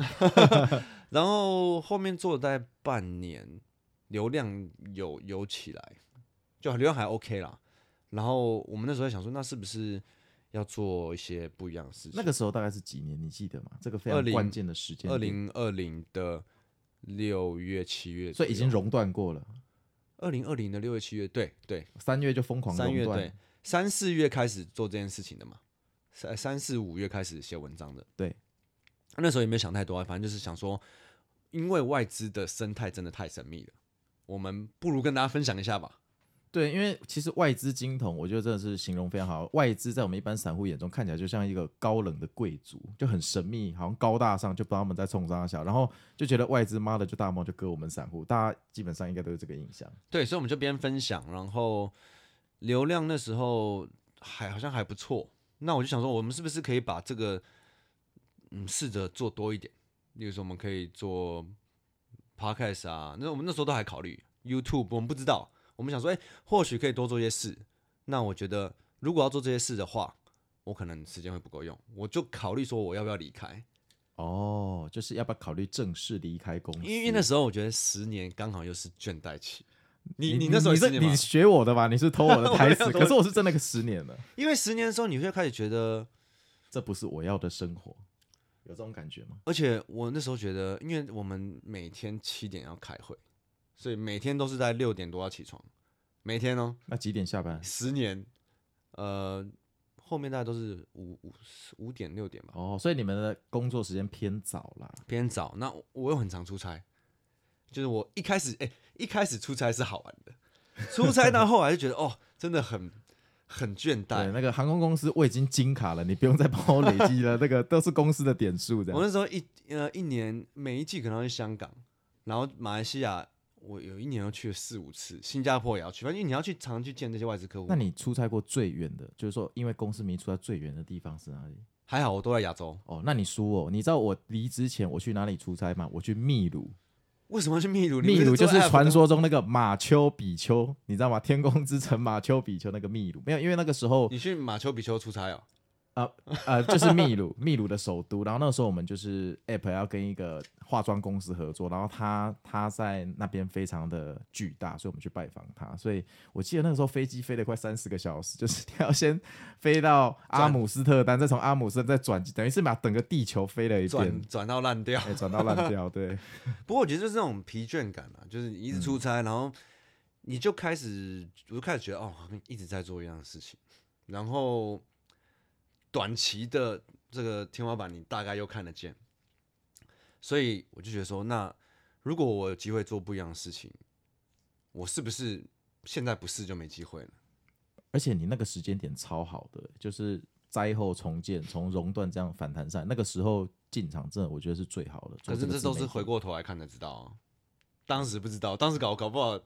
[SPEAKER 2] 然后后面做了大概半年，流量有有起来，就流量还 OK 啦。然后我们那时候在想说，那是不是要做一些不一样的事情？
[SPEAKER 1] 那个时候大概是几年？你记得吗？这个非常
[SPEAKER 2] 20
[SPEAKER 1] 关键的时间，
[SPEAKER 2] 二，零二零的六月、七月左
[SPEAKER 1] 所
[SPEAKER 2] 右，
[SPEAKER 1] 以已经熔断过了。
[SPEAKER 2] 二零二零的六月、七月，对对，
[SPEAKER 1] 三月就疯狂
[SPEAKER 2] 三
[SPEAKER 1] 熔
[SPEAKER 2] 月
[SPEAKER 1] 断，
[SPEAKER 2] 对，三四月开始做这件事情的嘛，三三四五月开始写文章的。
[SPEAKER 1] 对，
[SPEAKER 2] 那时候也没想太多啊，反正就是想说，因为外资的生态真的太神秘了，我们不如跟大家分享一下吧。
[SPEAKER 1] 对因为其实外资金童，我觉得真的是形容非常好。外资在我们一般散户眼中看起来就像一个高冷的贵族，就很神秘，好像高大上，就不知道他们在冲啥小，然后就觉得外资妈的就大猫就割我们散户，大家基本上应该都有这个印象。
[SPEAKER 2] 对，所以我们就边分享，然后流量那时候还好像还不错。那我就想说，我们是不是可以把这个，嗯，试着做多一点？例如说，我们可以做 podcast 啊，那我们那时候都还考虑 YouTube，我们不知道，我们想说，哎、或许可以多做一些事。那我觉得，如果要做这些事的话，我可能时间会不够用，我就考虑说我要不要离开，
[SPEAKER 1] 哦，就是要不要考虑正式离开公司？
[SPEAKER 2] 因为因为那时候我觉得十年刚好又是倦怠期。你你
[SPEAKER 1] 你
[SPEAKER 2] 那时候
[SPEAKER 1] 你
[SPEAKER 2] 也
[SPEAKER 1] 这
[SPEAKER 2] 十年吗
[SPEAKER 1] 你学我的吧？你是偷我的台
[SPEAKER 2] 没有
[SPEAKER 1] 词，
[SPEAKER 2] 偷
[SPEAKER 1] 可 是我是真的个十年了，
[SPEAKER 2] 因为十年的时候，你会开始觉得，
[SPEAKER 1] 这不是我要的生活，有这种感觉吗？
[SPEAKER 2] 而且我那时候觉得，因为我们每天七点要开会，所以每天都是在六点多要起床，每天哦，
[SPEAKER 1] 那几点下 班？
[SPEAKER 2] 十年，呃，后面大概都是五五五点六点吧，
[SPEAKER 1] 哦，所以你们的工作时间偏早啦。
[SPEAKER 2] 偏早。那我我又很常出差，就是我一开始哎、一开始出差是好玩的，出差到后来就觉得哦，真的很很倦
[SPEAKER 1] 对，
[SPEAKER 2] 怠。
[SPEAKER 1] 那个航空公司我已经金卡了，你不用再帮我累积了，那个都是公司的点数这
[SPEAKER 2] 我
[SPEAKER 1] 样。
[SPEAKER 2] 那时候一呃一年每一季可能要去香港，然后马来西亚，我有一年要去了四五次，新加坡也要去，反正你要去常去见这些外资客户。
[SPEAKER 1] 那你出差过最远的，就是说因为公司名出差最远的地方是哪里？
[SPEAKER 2] 还好我都在亚洲，
[SPEAKER 1] 哦，那你输哦。你知道我离职前我去哪里出差吗？我去秘鲁，
[SPEAKER 2] 为什么要去秘鲁？你
[SPEAKER 1] 秘
[SPEAKER 2] 不
[SPEAKER 1] 鲁就
[SPEAKER 2] 做
[SPEAKER 1] 是
[SPEAKER 2] app 的
[SPEAKER 1] 传说中那个马丘比丘，你知道吗？天空之城马丘比丘那个秘鲁，没有，因为那个时候
[SPEAKER 2] 你去马丘比丘出差哦，
[SPEAKER 1] 呃，就是秘鲁，秘鲁的首都。然后那个时候我们就是 App 要跟一个化妆公司合作，然后他他在那边非常的巨大，所以我们去拜访他。所以我记得那个时候飞机飞了快三十个小时， 就是你要先飞到阿
[SPEAKER 2] 转
[SPEAKER 1] 姆斯特丹，再从阿姆斯特丹再转机，等于是把整个地球飞了一
[SPEAKER 2] 转
[SPEAKER 1] 遍，
[SPEAKER 2] 转到烂掉。
[SPEAKER 1] 哎，转到烂掉。对，
[SPEAKER 2] 不过我觉得就是那种疲倦感啊，就是你一直出
[SPEAKER 1] 嗯
[SPEAKER 2] 差，然后你就开始，我就开始觉得哦，好像一直在做一样的事情，然后短期的这个天花板你大概又看得见，所以我就觉得说，那如果我有机会做不一样的事情，我是不是现在不试就没机会了？
[SPEAKER 1] 而且你那个时间点超好的，就是灾后重建，从熔断这样反弹上来，那个时候进场真的我觉得是最好的。
[SPEAKER 2] 可是
[SPEAKER 1] 做
[SPEAKER 2] 这
[SPEAKER 1] 个
[SPEAKER 2] 都
[SPEAKER 1] 自
[SPEAKER 2] 是
[SPEAKER 1] 媒体
[SPEAKER 2] 回过头来看才知道啊，当时不知道，当时搞搞不好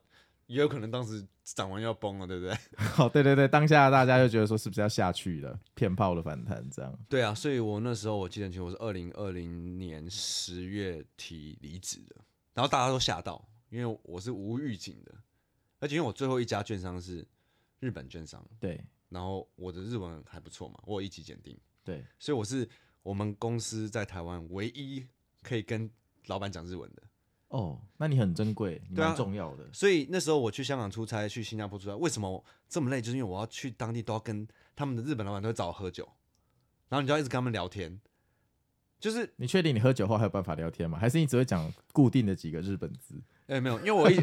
[SPEAKER 2] 也有可能当时涨完要崩了，对不对？
[SPEAKER 1] 哦，对对对，当下大家就觉得说是不是要下去了，骗炮的反弹这样。
[SPEAKER 2] 对啊，所以我那时候我记得很清楚，我是二零二零年十月提离职的，然后大家都吓到，因为我是无预警的，而且因为我最后一家券商是日本券商，
[SPEAKER 1] 对
[SPEAKER 2] 然后我的日文还不错嘛，我有一级检定，
[SPEAKER 1] 对，
[SPEAKER 2] 所以我是我们公司在台湾唯一可以跟老板讲日文的。
[SPEAKER 1] 哦，那你很珍贵，你
[SPEAKER 2] 对啊
[SPEAKER 1] 蛮重要的。
[SPEAKER 2] 所以那时候我去香港出差，去新加坡出差，为什么这么累？就是因为我要去当地都要跟他们的日本老板都会找我喝酒，然后你就要一直跟他们聊天，就是
[SPEAKER 1] 你确定你喝酒后还有办法聊天吗？还是你只会讲固定的几个日本字？
[SPEAKER 2] 哎、没有，因为我一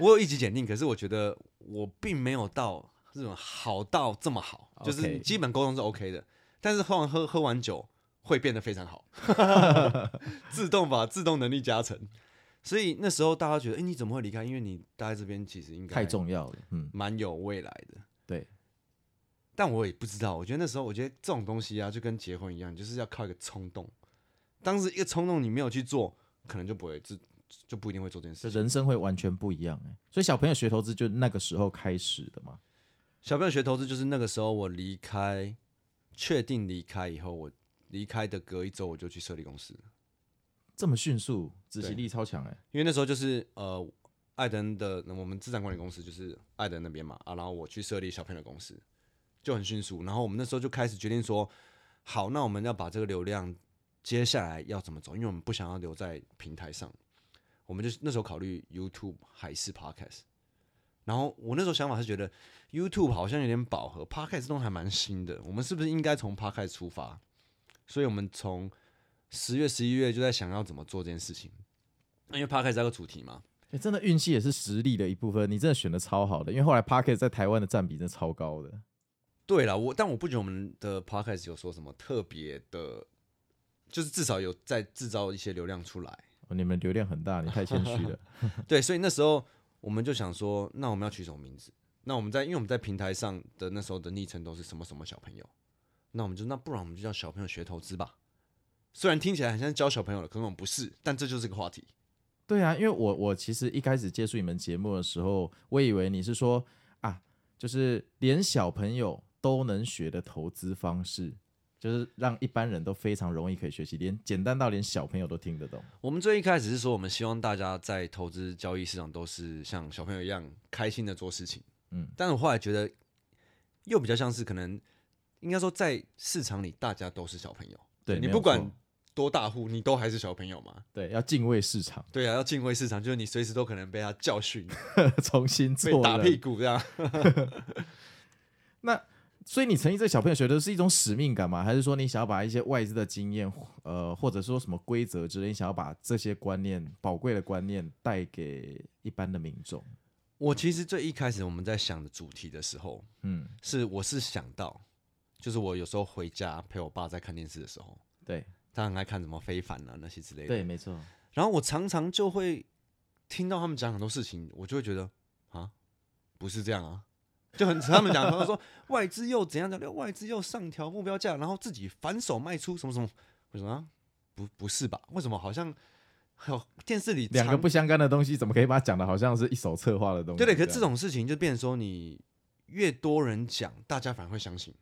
[SPEAKER 2] 我有一级检定，可是我觉得我并没有到这种好到这么好，就是
[SPEAKER 1] OK
[SPEAKER 2] 基本沟通是 OK 的，但是喝完喝喝完酒会变得非常 好，自动把自动能力加成。所以那时候大家觉得，哎、你怎么会离开？因为你待在这边其实应该
[SPEAKER 1] 太重要了。嗯，
[SPEAKER 2] 蛮有未来的。
[SPEAKER 1] 对，
[SPEAKER 2] 但我也不知道，我觉得那时候，我觉得这种东西啊，就跟结婚一样，就是要靠一个冲动。当时一个冲动，你没有去做，可能就不会就就不一定会做这件
[SPEAKER 1] 这
[SPEAKER 2] 事情。
[SPEAKER 1] 人生会完全不一样哎、所以小朋友学投资就那个时候开始的嘛。
[SPEAKER 2] 小朋友学投资，就是那个时候我离开，确定离开以后，我离开的隔一周我就去设立公司，
[SPEAKER 1] 这么迅速，执
[SPEAKER 2] 对
[SPEAKER 1] 行力超强哎、
[SPEAKER 2] 因为那时候就是呃，艾登的我们资产管理公司就是艾登那边嘛啊，然后我去设立小朋友的公司，就很迅速。然后我们那时候就开始决定说，好，那我们要把这个流量接下来要怎么走，因为我们不想要留在平台上，我们就那时候考虑 YouTube 还是 Podcast。然后我那时候想法是觉得 YouTube 好像有点饱和，Podcast 这种还蛮新的，我们是不是应该从 Podcast 出发？所以我们从十月、十一月就在想要怎么做这件事情，因为 Podcast 是个主题嘛，
[SPEAKER 1] 欸真的运气也是实力的一部分，你真的选的超好的，因为后来 Pocket 在台湾的占比真的超高的。
[SPEAKER 2] 对了，我但我不觉得我们的 podcast 有说什么特别的，就是至少有在制造一些流量出 来。
[SPEAKER 1] 哦、你们流量很大，你太谦虚了。
[SPEAKER 2] 对，所以那时候我们就想说，那我们要取什么名字？那我们在因为我们在平台上的那时候的昵称都是什么什么小朋友，那我们就那不然我们就叫小朋友学投资吧。虽然听起来很像教小朋友了，可是我们不是，但这就是个话题。
[SPEAKER 1] 对啊，因为我我其实一开始接触你们节目的时候，我以为你是说啊，就是连小朋友都能学的投资方式，就是让一般人都非常容易可以学习，连简单到连小朋友都听得懂。
[SPEAKER 2] 我们最一开始是说，我们希望大家在投资交易市场都是像小朋友一样开心的做事情。
[SPEAKER 1] 嗯
[SPEAKER 2] 嗯，但我后来觉得，又比较像是可能应该说，在市场里大家都是小朋友，
[SPEAKER 1] 对
[SPEAKER 2] 你
[SPEAKER 1] 没有
[SPEAKER 2] 不管
[SPEAKER 1] 错
[SPEAKER 2] 多大户，你都还是小朋友嘛。
[SPEAKER 1] 对，要敬畏市场，
[SPEAKER 2] 对啊，要敬畏市场，就是你随时都可能被他教训、
[SPEAKER 1] 重新做
[SPEAKER 2] 被打
[SPEAKER 1] 人
[SPEAKER 2] 屁股这样。
[SPEAKER 1] 那所以你成立这个小朋友学的是一种使命感吗？还是说你想要把一些外资的经验，呃，或者说什么规则之类，你想要把这些观念、宝贵的观念带给一般的民众？
[SPEAKER 2] 我其实最一开始我们在想的主题的时候，
[SPEAKER 1] 嗯，
[SPEAKER 2] 是我是想到，就是我有时候回家陪我爸在看电视的时候，
[SPEAKER 1] 对
[SPEAKER 2] 他很爱看什么非凡啊那些之类的。
[SPEAKER 1] 对，没错。
[SPEAKER 2] 然后我常常就会听到他们讲很多事情，我就会觉得啊，不是这样啊，就很 他们讲，他们说外资又怎样怎样，外资又上调目标价，然后自己反手卖出什么什么，为什么啊？不不是吧？为什么好像还有电视里
[SPEAKER 1] 两个
[SPEAKER 2] 常
[SPEAKER 1] 不相干的东西，怎么可以把它讲的好像是一手策划的东西？
[SPEAKER 2] 对对，可是这
[SPEAKER 1] 样
[SPEAKER 2] 种事情就变成说，你越多人讲，大家反而会相信，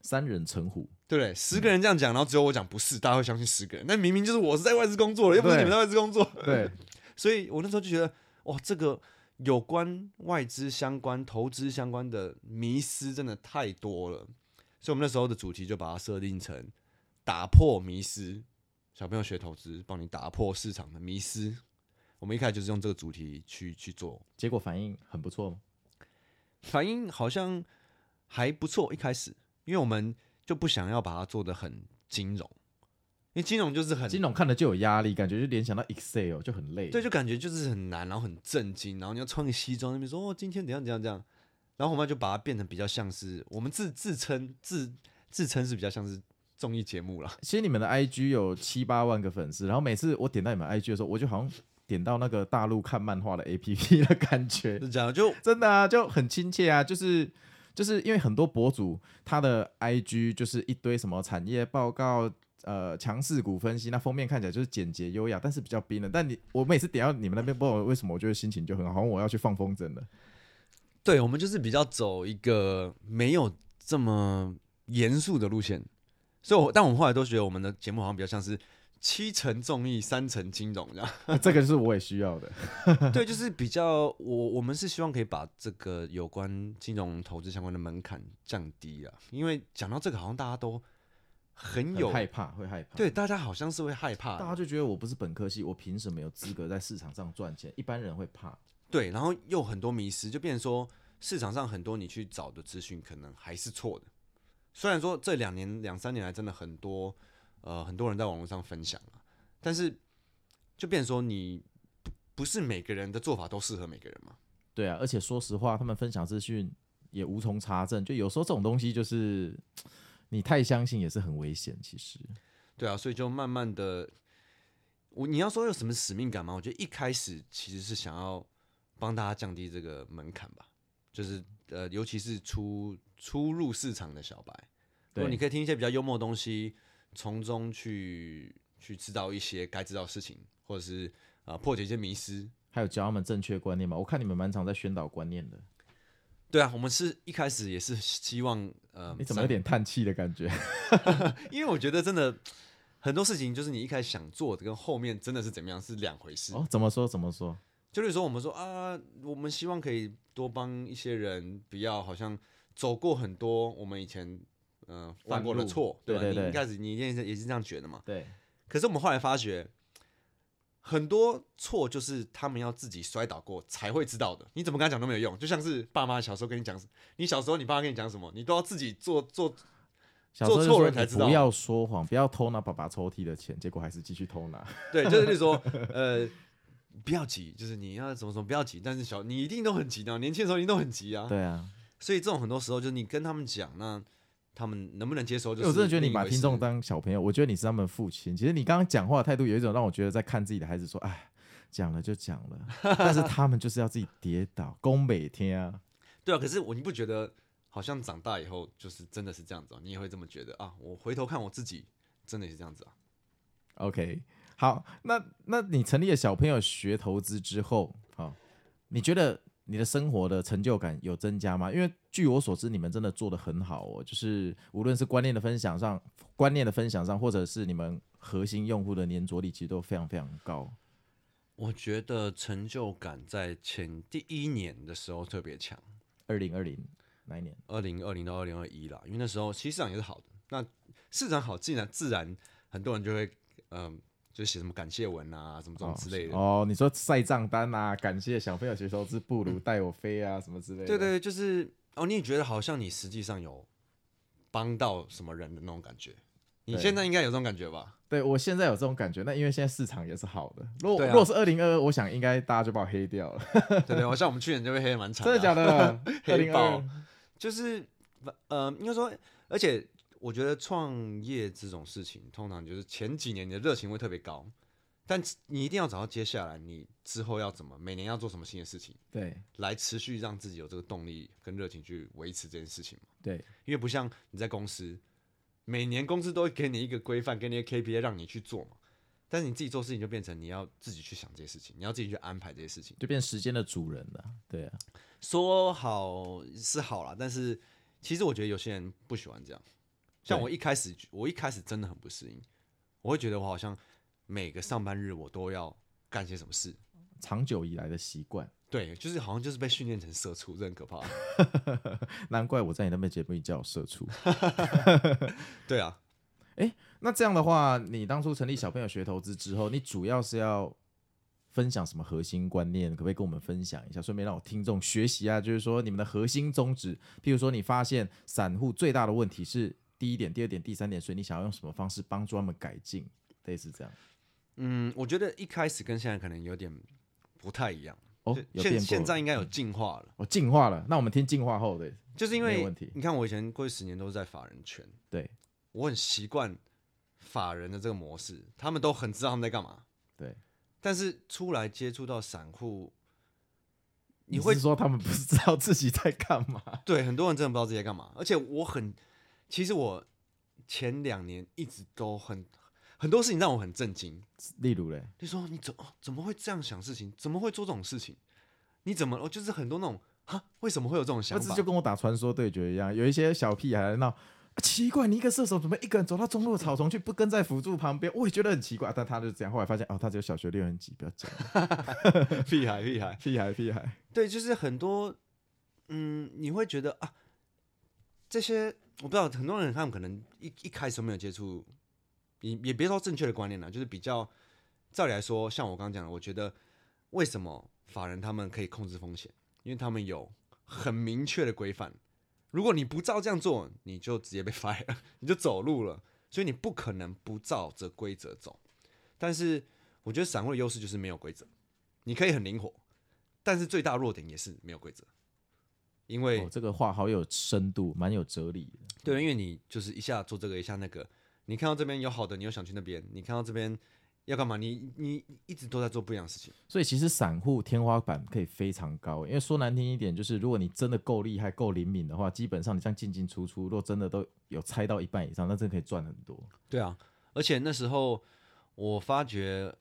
[SPEAKER 1] 三人成虎，
[SPEAKER 2] 对不对？
[SPEAKER 1] 嗯
[SPEAKER 2] 十个人这样讲，然后只有我讲不是，大家会相信十个人。那明明就是我是在外资工作的，又不是你们
[SPEAKER 1] 对
[SPEAKER 2] 在外资工作。
[SPEAKER 1] 对，
[SPEAKER 2] 所以我那时候就觉得，哇，这个有关外资相关、投资相关的迷失真的太多了。所以我们那时候的主题就把它设定成打破迷失，小朋友学投资，帮你打破市场的迷失。我们一开始就是用这个主题去去做，
[SPEAKER 1] 结果反应很不错吗？
[SPEAKER 2] 反应好像还不错。一开始，因为我们就不想要把它做的很金融，因为金融就是很
[SPEAKER 1] 金融看了就有压力，感觉就联想到 Excel 就很累。
[SPEAKER 2] 对，就感觉就是很难，然后很震惊，然后你要穿个西装那边说哦，今天怎样怎样怎样，然后我们就把它变成比较像是我们自自称自自称是比较像是综艺节目啦。
[SPEAKER 1] 其实你们的 IG 有七八万个粉丝，然后每次我点到你们 IG 的时候，我就好像点到那个大陆看漫画的 APP 的感觉，
[SPEAKER 2] 就这样，就
[SPEAKER 1] 真的啊，就很亲切啊，就是。就是因为很多博主他的 IG 就是一堆什么产业报告，呃，强势股分析，那封面看起来就是简洁优雅，但是比较冰冷。但你我每次点到你们那边，不知道为什么，我觉得心情就很好，好像我要去放风筝了。
[SPEAKER 2] 对我们就是比较走一个没有这么严肃的路线，所以我但我们后来都觉得我们的节目好像比较像是七成综艺，三成金融这样。
[SPEAKER 1] 啊这个是我也需要 的。
[SPEAKER 2] 对，就是比较我我们是希望可以把这个有关金融投资相关的门槛降低啊，因为讲到这个，好像大家都很
[SPEAKER 1] 很
[SPEAKER 2] 有
[SPEAKER 1] 害怕，会害怕。，
[SPEAKER 2] 对，大家好像是会害怕
[SPEAKER 1] 大
[SPEAKER 2] 的，
[SPEAKER 1] 家就觉得我不是本科系，我凭什么有资格在市场上赚钱？一般人会怕。
[SPEAKER 2] 对，然后又很多迷失，就变成说市场上很多你去找的资讯可能还是错的。虽然说这两年两三年来真的很多呃很多人在网络上分享啊，但是就变成说你不不是每个人的做法都适合每个人嘛。
[SPEAKER 1] 对啊，而且说实话，他们分享资讯也无从查证，就有时候这种东西就是你太相信也是很危险。其实，
[SPEAKER 2] 对啊，所以就慢慢的，我你要说有什么使命感吗？我觉得一开始其实是想要帮大家降低这个门槛吧，就是呃，尤其是初初入市场的小白，如
[SPEAKER 1] 对，
[SPEAKER 2] 果你可以听一些比较幽默的东西，从中去去知道一些该知道的事情，或者是啊、呃破解一些迷失。
[SPEAKER 1] 还有教他们正确观念嘛？我看你们蛮常在宣导观念的，
[SPEAKER 2] 对啊，我们是一开始也是希望呃，
[SPEAKER 1] 你怎么有点叹气的感觉？
[SPEAKER 2] 因为我觉得真的很多事情就是你一开始想做的跟后面真的是怎么样是两回事。
[SPEAKER 1] 哦，怎么说怎么 说？
[SPEAKER 2] 就是说我们说啊，我们希望可以多帮一些人，不要好像走过很多我们以前嗯、呃犯过的错，
[SPEAKER 1] 对
[SPEAKER 2] 吧？
[SPEAKER 1] 对对
[SPEAKER 2] 你一开始你一定是也是这样觉得嘛。
[SPEAKER 1] 对，
[SPEAKER 2] 可是我们后来发觉，很多错就是他们要自己摔倒过才会知道的，你怎么跟他讲都没有用。就像是爸妈小时候跟你讲，你小时候你爸妈跟你讲什么，你都要自己做做。
[SPEAKER 1] 小时候就
[SPEAKER 2] 做
[SPEAKER 1] 说
[SPEAKER 2] 错人
[SPEAKER 1] 你
[SPEAKER 2] 才知
[SPEAKER 1] 不
[SPEAKER 2] 道
[SPEAKER 1] 要说谎，不要偷拿爸爸抽屉的钱，结果还是继续偷拿。
[SPEAKER 2] 对，就是例如说呃。不要急，就是你要怎么怎么不要急，但是小你一定都很急的，年轻的时候一定都很急啊。
[SPEAKER 1] 对啊，
[SPEAKER 2] 所以这种很多时候就是你跟他们讲，那他们能不能接受？就是
[SPEAKER 1] 我真的觉得你把
[SPEAKER 2] 另一回事
[SPEAKER 1] 听众当小朋友，我觉得你是他们父亲。其实你刚刚讲话的态度有一种让我觉得在看自己的孩子说，哎，讲了就讲了， 但是他们就是要自己跌倒，宫每天啊，
[SPEAKER 2] 对啊，可是我你不觉得好像长大以后就是真的是这样子、哦，你也会这么觉得啊？我回头看我自己，真的也是这样子啊。
[SPEAKER 1] OK，好，那那你成立了小朋友学投资之后，好、你觉得你的生活的成就感有增加吗？因为据我所知，你们真的做得很好哦，就是无论是观念的分享上，观念的分享上，或者是你们核心用户的粘着力，其实都非常非常高。
[SPEAKER 2] 我觉得成就感在前第一年的时候特别强，
[SPEAKER 1] 二零二零那一年，
[SPEAKER 2] 二零二零到二零二一啦，因为那时候其实市场也是好的，那市场好，自然自然很多人就会嗯、就写什么感谢文啊，什么这种之类的。
[SPEAKER 1] 哦。哦，你说晒账单啊，感谢小朋友学投资，不如带我飞啊，什么之类的。
[SPEAKER 2] 对对，对就是哦，你也觉得好像你实际上有帮到什么人的那种感觉。你
[SPEAKER 1] 对
[SPEAKER 2] 现在应该有这种感 觉吧？
[SPEAKER 1] 对我现在有这种感觉。那因为现在市场也是好的，如果、
[SPEAKER 2] 对啊
[SPEAKER 1] 如果是二零二二，我想应该大家就把我黑掉了。
[SPEAKER 2] 对对，好像我们去年就被黑得蛮惨、啊。
[SPEAKER 1] 真的假？的？二
[SPEAKER 2] 黑
[SPEAKER 1] 零
[SPEAKER 2] 豹
[SPEAKER 1] 二
[SPEAKER 2] 就是呃，应该说，而且我觉得创业这种事情，通常就是前几年你的热情会特别高，但你一定要找到接下来你之后要怎么，每年要做什么新的事情，
[SPEAKER 1] 对
[SPEAKER 2] 来持续让自己有这个动力跟热情去维持这件事情嘛。
[SPEAKER 1] 对
[SPEAKER 2] 因为不像你在公司，每年公司都会给你一个规范，给你一个 KPI 让你去做嘛。但是你自己做事情就变成你要自己去想这些事情，你要自己去安排这些事情。
[SPEAKER 1] 就变时间的主人了。对啊，
[SPEAKER 2] 说好是好啦，但是其实我觉得有些人不喜欢这样。像
[SPEAKER 1] 对
[SPEAKER 2] 我一开始，我一开始真的很不适应，我会觉得我好像每个上班日我都要干些什么事。
[SPEAKER 1] 长久以来的习惯，
[SPEAKER 2] 对，就是好像就是被训练成社畜，这很可怕。
[SPEAKER 1] 难怪我在你那边节目里叫我社畜。
[SPEAKER 2] 对啊，
[SPEAKER 1] 那这样的话，你当初成立小朋友学投资之后，你主要是要分享什么核心观念？可不可以跟我们分享一下，顺便让我听众学习啊？就是说你们的核心宗旨，譬如说你发现散户最大的问题是第一点、第二点、第三点，所以你想要用什么方式帮助他们改进？类似这样
[SPEAKER 2] 嗯，我觉得一开始跟现在可能有点不太一样。
[SPEAKER 1] 哦
[SPEAKER 2] 就，
[SPEAKER 1] 有变
[SPEAKER 2] 现
[SPEAKER 1] 过
[SPEAKER 2] 现
[SPEAKER 1] 了
[SPEAKER 2] 在应该有进化了，
[SPEAKER 1] 我进化了。那我们听进化后的，
[SPEAKER 2] 就是因
[SPEAKER 1] 嗯没有
[SPEAKER 2] 为
[SPEAKER 1] 问题
[SPEAKER 2] 你看我以前过去十年都是在法人圈，
[SPEAKER 1] 对
[SPEAKER 2] 我很习惯法人的这个模式，他们都很知道他们在干嘛。
[SPEAKER 1] 对，
[SPEAKER 2] 但是出来接触到散户，你
[SPEAKER 1] 你
[SPEAKER 2] 会
[SPEAKER 1] 会说他们不知道自己在干嘛？
[SPEAKER 2] 对很多人真的不知道自己在干嘛。而且我很，其实我前两年一直都很很多事情让我很震惊。
[SPEAKER 1] 例如嘞，
[SPEAKER 2] 就说你怎哦怎么会这样想事情？怎么会做这种事情？你怎么哦就是很多那种哈为什么会有这种
[SPEAKER 1] 那
[SPEAKER 2] 想
[SPEAKER 1] 这
[SPEAKER 2] 法
[SPEAKER 1] 就？跟 我打传说对决一样，有一些小屁孩在闹。啊奇怪，你一个射手怎么一个人走到中路的草丛去，不跟在辅助旁边？我也觉得很奇怪，但他就这样。后来发现，哦，他只有小学六年级，不要讲了
[SPEAKER 2] 屁孩屁孩，
[SPEAKER 1] 屁孩屁孩。
[SPEAKER 2] 对，就是很多，嗯，你会觉得啊，这些我不知道，很多人他们可能一一开始都没有接触，也也别说正确的观念了，就是比较，照理来说，像我刚刚讲的，我觉得为什么法人他们可以控制风险，因为他们有很明确的规范，如果你不照这样做，你就直接被 fire，了你就走路了，所以你不可能不照着规则走。但是我觉得散户的优势就是没有规则，你可以很灵活，但是最大弱点也是没有规则，因为、
[SPEAKER 1] 哦，这个话好有深度，蛮有哲理的。
[SPEAKER 2] 对，因为你就是一下做这个，一下那个，你看到这边有好的，你又想去那边，你看到这边要干嘛，你你一直都在做不一样的事情。
[SPEAKER 1] 所以其实散户天花板可以非常高，因为说难听一点，就是如果你真的够厉害、够灵敏的话，基本上你这样进进出出，若真的都有猜到一半以上，那真的可以赚很多。
[SPEAKER 2] 对啊，而且那时候我发觉，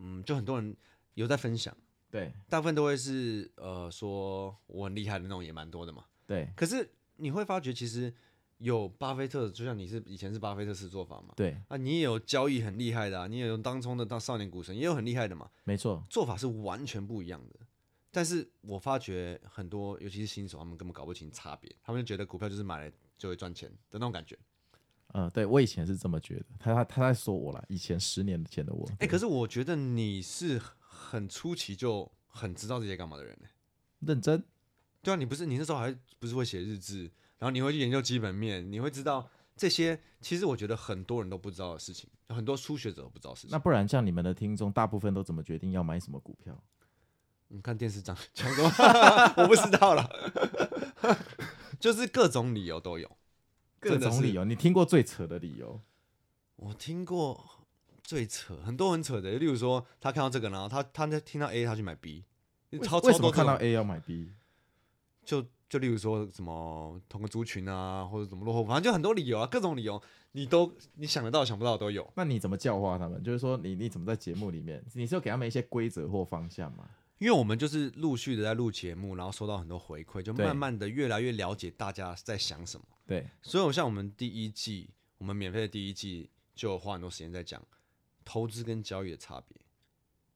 [SPEAKER 2] 嗯，就很多人有在分享，
[SPEAKER 1] 对
[SPEAKER 2] 大部分都会是呃说我很厉害的那种也蛮多的嘛。
[SPEAKER 1] 对
[SPEAKER 2] 可是你会发觉，其实有巴菲特，就像你是以前是巴菲特式做法嘛，
[SPEAKER 1] 对，
[SPEAKER 2] 啊，你也有交易很厉害的、啊，你也有当冲的当少年股神，也有很厉害的嘛。
[SPEAKER 1] 没错，
[SPEAKER 2] 做法是完全不一样的。但是我发觉很多，尤其是新手，他们根本搞不清差别，他们就觉得股票就是买了就会赚钱的那种感觉。
[SPEAKER 1] 嗯、对我以前是这么觉得。他他他在说我啦，以前十年前的我。
[SPEAKER 2] 哎、可是我觉得你是很初期就很知道自己在干嘛的人呢、
[SPEAKER 1] 认真。
[SPEAKER 2] 对啊，你不是你那时候还不是会写日志，然后你会去研究基本面，你会知道这些。其实我觉得很多人都不知道的事情，很多初学者都不知道的事情。
[SPEAKER 1] 那不然，像你们的听众，大部分都怎么决定要买什么股票？
[SPEAKER 2] 你看电 视讲讲什么？ 我不知道了，就是各种理由都有。
[SPEAKER 1] 各
[SPEAKER 2] 真的
[SPEAKER 1] 种
[SPEAKER 2] 是
[SPEAKER 1] 理由，你听过最扯的理由？
[SPEAKER 2] 我听过最扯，很多很扯的，例如说他看到这个，然后他他在听到 A，他去买 B，超
[SPEAKER 1] 为
[SPEAKER 2] 超
[SPEAKER 1] 什么
[SPEAKER 2] 多
[SPEAKER 1] 看到
[SPEAKER 2] 这种
[SPEAKER 1] A 要买 B？
[SPEAKER 2] 就就例如说什么同个族群啊，或者怎么落后，反正就很多理由啊，各种理由你都你想得到想不到都有。
[SPEAKER 1] 那你怎么教化他们？就是说你，你怎么在节目里面，你是要给他们一些规则或方向吗？
[SPEAKER 2] 因为我们就是陆续的在录节目，然后收到很多回馈，就
[SPEAKER 1] 对
[SPEAKER 2] 慢慢的越来越了解大家在想什么。
[SPEAKER 1] 对
[SPEAKER 2] 所以，我像我们第一季，我们免费的第一季就有花很多时间在讲投资跟交易的差别。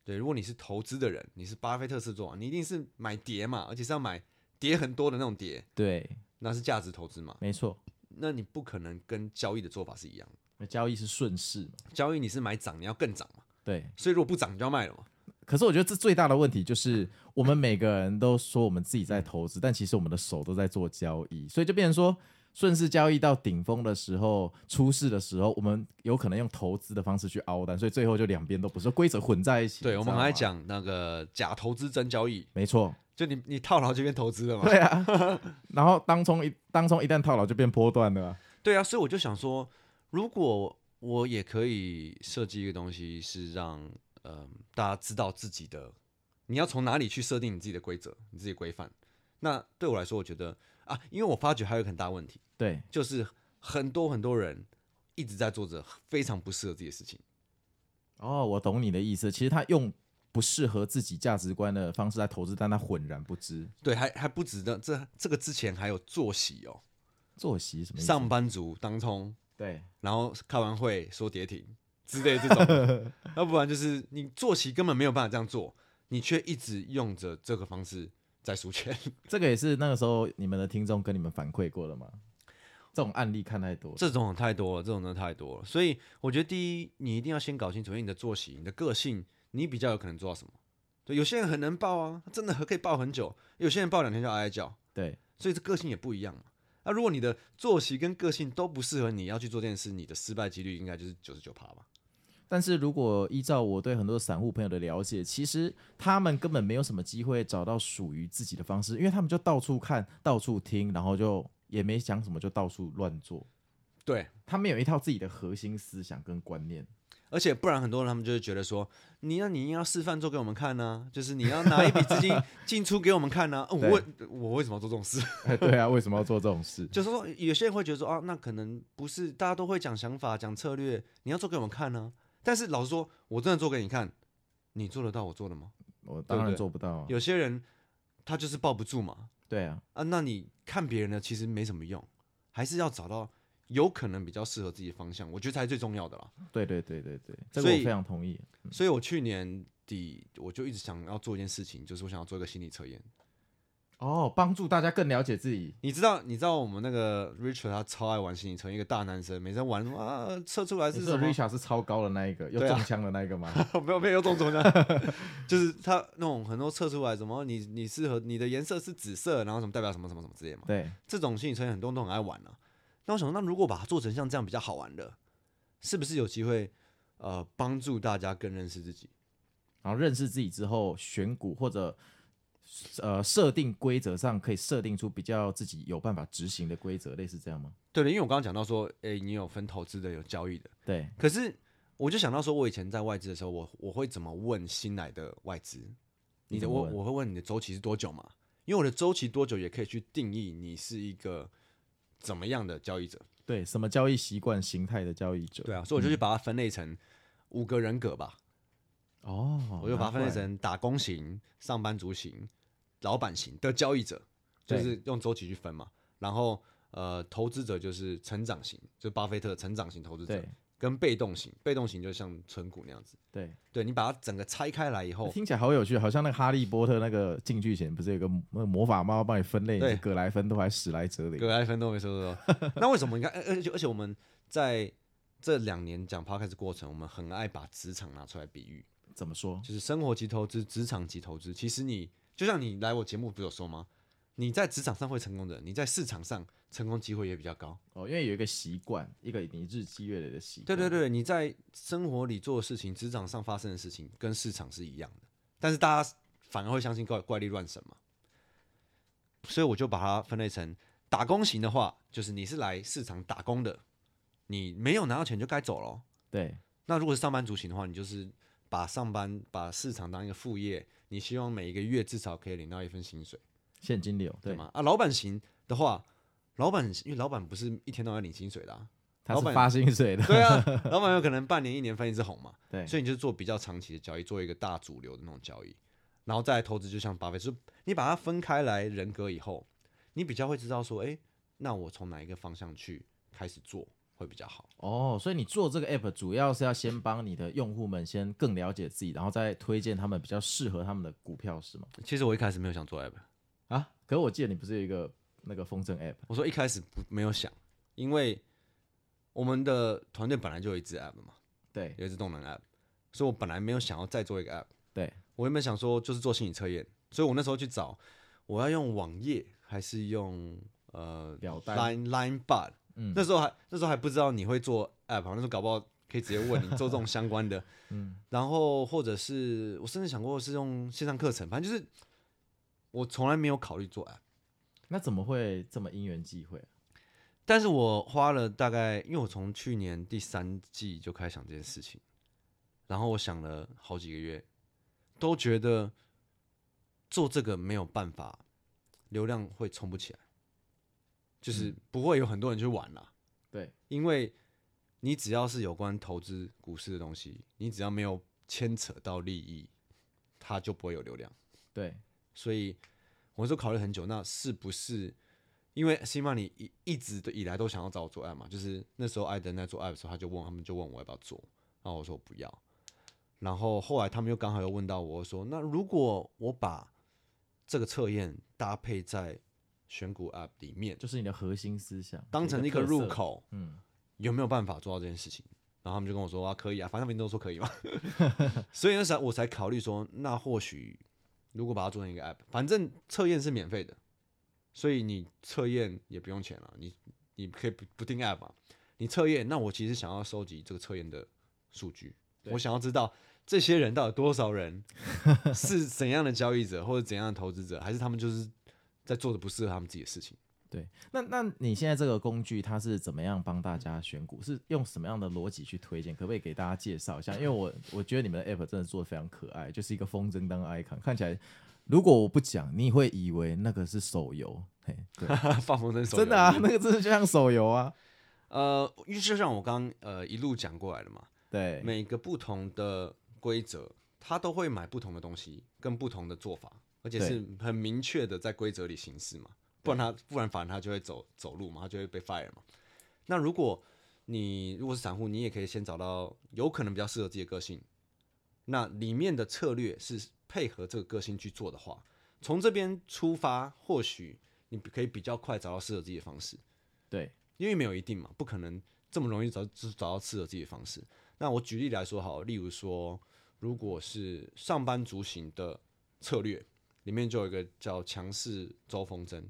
[SPEAKER 2] 对，如果你是投资的人，你是巴菲特式做法，你一定是买碟嘛，而且是要买碟很多的那种碟，
[SPEAKER 1] 对，
[SPEAKER 2] 那是价值投资嘛。
[SPEAKER 1] 没错，
[SPEAKER 2] 那你不可能跟交易的做法是一样的，
[SPEAKER 1] 那交易是顺势嘛。
[SPEAKER 2] 交易你是买涨，你要更涨嘛，
[SPEAKER 1] 对，
[SPEAKER 2] 所以如果不涨你就要卖了嘛。
[SPEAKER 1] 可是我觉得这最大的问题就是，我们每个人都说我们自己在投资，但其实我们的手都在做交易，所以就变成说，顺势交易到顶峰的时候，出事的时候，我们有可能用投资的方式去凹单，所以最后就两边都不是规则混在一起。
[SPEAKER 2] 对，
[SPEAKER 1] 你
[SPEAKER 2] 我
[SPEAKER 1] 知
[SPEAKER 2] 们
[SPEAKER 1] 道
[SPEAKER 2] 刚才
[SPEAKER 1] 吗，
[SPEAKER 2] 讲那个假投资真交易，
[SPEAKER 1] 没错，
[SPEAKER 2] 就你你套牢这边投资了嘛。
[SPEAKER 1] 对啊，然后当冲一当冲一旦套牢就变波段了啊、
[SPEAKER 2] 对啊，所以我就想说，如果我也可以设计一个东西，是让呃，大家知道自己的，你要从哪里去设定你自己的规则、你自己的规范。那对我来说，我觉得啊，因为我发觉还有一个很大问题，
[SPEAKER 1] 对，
[SPEAKER 2] 就是很多很多人一直在做着非常不适合自己的事情。
[SPEAKER 1] 哦，我懂你的意思。其实他用不适合自己价值观的方式来投资，但他浑然不知
[SPEAKER 2] 对，还还不止的，这这个之前还有作息哦，
[SPEAKER 1] 作息什么意思
[SPEAKER 2] 上班族当冲，
[SPEAKER 1] 对
[SPEAKER 2] 然后开完会说跌停之类这种，要不然就是你作息根本没有办法这样做，你却一直用着这个方式在输钱，
[SPEAKER 1] 这个也是那个时候你们的听众跟你们反馈过的吗？这种案例看太多了，
[SPEAKER 2] 这种太多了，这种真的太多了。所以我觉得第一，你一定要先搞清楚因为你的作息、你的个性，你比较有可能做到什么。对，有些人很能抱啊，真的可以抱很久；有些人抱两天就哀哀叫，
[SPEAKER 1] 对
[SPEAKER 2] 所以这个性也不一样嘛。那如果你的作息跟个性都不适合你要去做这件事，你的失败几率应该就是九十九趴吧？
[SPEAKER 1] 但是如果依照我对很多散户朋友的了解，其实他们根本没有什么机会找到属于自己的方式，因为他们就到处看、到处听，然后就也没想什么，就到处乱做。
[SPEAKER 2] 对，
[SPEAKER 1] 他们有一套自己的核心思想跟观 念，
[SPEAKER 2] 而且不然，很多人他们就会觉得说，你那你应该要示范做给我们看呢、就是你要拿一笔资金进出给我们看呢、啊我为我为什么要做这种事？
[SPEAKER 1] 哎对啊，为什么要做这种事？
[SPEAKER 2] 就是说，有些人会觉得说，啊，那可能不是大家都会讲想法、讲策略，你要做给我们看呢、但是老实说，我真的做给你看，你做得到我做的吗？
[SPEAKER 1] 我当
[SPEAKER 2] 对
[SPEAKER 1] 然
[SPEAKER 2] 不对
[SPEAKER 1] 做不到啊。
[SPEAKER 2] 有些人他就是抱不住嘛，
[SPEAKER 1] 对啊，
[SPEAKER 2] 啊，那你看别人的其实没什么用，还是要找到有可能比较适合自己的方向，我觉得才是最重要的啦。
[SPEAKER 1] 对对对对对，这个
[SPEAKER 2] 所
[SPEAKER 1] 我
[SPEAKER 2] 以
[SPEAKER 1] 非常同意。
[SPEAKER 2] 所以我去年底我就一直想要做一件事情，就是我想要做一个心理测验。
[SPEAKER 1] 哦，帮助大家更了解自己。
[SPEAKER 2] 你知道，你知道我们那个 Richard 他超爱玩心理测验，一个大男生，每天玩啊，测出来
[SPEAKER 1] 你
[SPEAKER 2] 是
[SPEAKER 1] 说
[SPEAKER 2] 什么？
[SPEAKER 1] Richard 是超高的那一个，又
[SPEAKER 2] 对啊
[SPEAKER 1] 中枪的那一个吗？
[SPEAKER 2] 没有没有中中奖，啊就是他那种很多测出来什么，你你适合你的颜色是紫色，然后什么代表什么什么什么之类嘛。
[SPEAKER 1] 对，
[SPEAKER 2] 这种心理测验很多人都很爱玩啊。那我想说，那如果把它做成像这样比较好玩的，是不是有机会呃帮助大家更认识自己？
[SPEAKER 1] 然后认识自己之后，选股或者呃设定规则上可以设定出比较自己有办法执行的规则，类似这样吗？
[SPEAKER 2] 对的，因为我刚刚讲到说，诶，你有分投资的，有交易的，
[SPEAKER 1] 对，
[SPEAKER 2] 可是我就想到说，我以前在外资的时候，我我会怎么问新来的外资？
[SPEAKER 1] 你
[SPEAKER 2] 你
[SPEAKER 1] 怎
[SPEAKER 2] 的
[SPEAKER 1] 么
[SPEAKER 2] 我
[SPEAKER 1] 问
[SPEAKER 2] 我会问你的周期是多久嘛？因为我的周期多久也可以去定义你是一个怎么样的交易者。
[SPEAKER 1] 对，什么交易习惯、形态的交易者？
[SPEAKER 2] 对啊，所以我就去把它分类成五个人格吧。
[SPEAKER 1] 哦，
[SPEAKER 2] 我就把它分类
[SPEAKER 1] 难怪
[SPEAKER 2] 成打工型、上班族型、老板型的交易者，就
[SPEAKER 1] 对
[SPEAKER 2] 是用周期去分嘛。然后呃，投资者就是成长型，就是巴菲特成长型投资者
[SPEAKER 1] 对，
[SPEAKER 2] 跟被动型，被动型就像存股那样子。
[SPEAKER 1] 对，
[SPEAKER 2] 对你把它整个拆开来以后，
[SPEAKER 1] 听起来好有趣，好像那个哈利波特那个进去前不是有个那个魔法猫帮你分类，你
[SPEAKER 2] 对
[SPEAKER 1] 是葛莱芬多还是史莱哲林？
[SPEAKER 2] 格莱芬多没说说说。那为什么你看？呃而而且而且我们在这两年讲 p o d c a 过程，我们很爱把职场拿出来比喻，
[SPEAKER 1] 怎么说？
[SPEAKER 2] 就是生活及投资、职场及投资。其实你就像你来我节目不是有说吗？你在职场上会成功的，你在市场上成功机会也比较高。
[SPEAKER 1] 哦，因为有一个习惯，一个你日积月累的习惯。
[SPEAKER 2] 对对对，你在生活里做的事情、职场上发生的事情跟市场是一样的，但是大家反而会相信怪怪力乱神嘛。所以我就把它分类成打工型的话，就是你是来市场打工的，你没有拿到钱就该走了。
[SPEAKER 1] 对
[SPEAKER 2] 那如果是上班族型的话，你就是把上班、把市场当一个副业，你希望每一个月至少可以领到一份薪水，
[SPEAKER 1] 现金流
[SPEAKER 2] 对
[SPEAKER 1] 对
[SPEAKER 2] 吗？啊，老板型的话，老板因为老板不是一天到晚领薪水的、啊，
[SPEAKER 1] 他
[SPEAKER 2] 老
[SPEAKER 1] 是
[SPEAKER 2] 板
[SPEAKER 1] 发薪水的，
[SPEAKER 2] 对啊，老板有可能半年、一年分一次红嘛，
[SPEAKER 1] 对
[SPEAKER 2] 所以你就做比较长期的交易，做一个大主流的那种交易，然后再来投资，就像巴菲特，就是你把它分开来人格以后，你比较会知道说，哎，那我从哪一个方向去开始做会比较好。
[SPEAKER 1] 哦，所以你做这个 app 主要是要先帮你的用户们先更了解自己，然后再推荐他们比较适合他们的股票，是吗？
[SPEAKER 2] 其实我一开始没有想做 app，
[SPEAKER 1] 啊，可我记得你不是有一个那个风筝 app？
[SPEAKER 2] 我说一开始不没有想，因为我们的团队本来就有一支 app 嘛，
[SPEAKER 1] 对
[SPEAKER 2] 有一支动能 app，所以我本来没有想要再做一个 app。
[SPEAKER 1] 对，
[SPEAKER 2] 我原本想说就是做心理测验，所以我那时候去找我要用网页还是用呃
[SPEAKER 1] 表单
[SPEAKER 2] Line Line Bot，、
[SPEAKER 1] 嗯
[SPEAKER 2] 那时候还那时候还不知道你会做 app，那时啊候搞不好可以直接问你做这种相关的， 嗯，然后或者是我甚至想过是用线上课程，反正就是我从来没有考虑做 app，
[SPEAKER 1] 那怎么会这么因缘际会、
[SPEAKER 2] 但是我花了大概，因为我从去年第三季就开始想这件事情，然后我想了好几个月，都觉得做这个没有办法，流量会冲不起来，就是不会有很多人去玩啊啦、
[SPEAKER 1] 对，
[SPEAKER 2] 因为你只要是有关投资股市的东西，你只要没有牵扯到利益，它就不会有流量。
[SPEAKER 1] 对，
[SPEAKER 2] 所以我就考虑很久，那是不是因为西曼尼一一直都以来都想要找我做 app 嘛？就是那时候艾登在做 app 的时候，他就问他们就问我要不要做，然后我说我不要。然后后来他们又刚好又问到我说，那如果我把这个测验搭配在选股 app 里面，
[SPEAKER 1] 就是你的核心思想，
[SPEAKER 2] 当成一个
[SPEAKER 1] 特色
[SPEAKER 2] 入，口，
[SPEAKER 1] 嗯，
[SPEAKER 2] 有没有办法做到这件事情？然后他们就跟我说啊，可以啊，反正他们都说可以嘛。 所以那时候我才考虑说，那或许如果把它做成一个 app，反正测验是免费的，所以你测验也不用钱了，你你可以不不定 app 嘛。你测验，那我其实想要收集这个测验的数据，
[SPEAKER 1] 对
[SPEAKER 2] 我想要知道这些人到底有多少人 是怎样的交易者，或者怎样的投资者，还是他们就是在做的不适合他们自己的事情。
[SPEAKER 1] 对。那那你现在这个工具它是怎么样帮大家选股？是用什么样的逻辑去推荐？可不可以给大家介绍一下？因为我我觉得你们的 app 真的做的非常可爱，就是一个风筝当 icon，看起来如果我不讲，你会以为那个是手游，嘿， 对
[SPEAKER 2] 放风筝手游
[SPEAKER 1] 真的啊
[SPEAKER 2] 是，不
[SPEAKER 1] 那
[SPEAKER 2] 是
[SPEAKER 1] 个真的就像手游啊，
[SPEAKER 2] 呃，因为就像我刚呃一路讲过来的嘛，
[SPEAKER 1] 对，
[SPEAKER 2] 每个不同的规则，他都会买不同的东西，跟不同的做法，而且
[SPEAKER 1] 对
[SPEAKER 2] 是很明确的在规则里行事嘛，不然他不然反正他就会走走路嘛，他就会被 fire 嘛。那如果你如果是散户，你也可以先找到有可能比较适合自己的个性，那里面的策略是配合这个个性去做的话，从这边出发，或许你可以比较快找到适合自己的方式。
[SPEAKER 1] 对，
[SPEAKER 2] 因为没有一定嘛，不可能这么容易找就找到适合自己的方式。那我举例来说好了，例如说，如果是上班族型的策略，里面就有一个叫强势周风筝，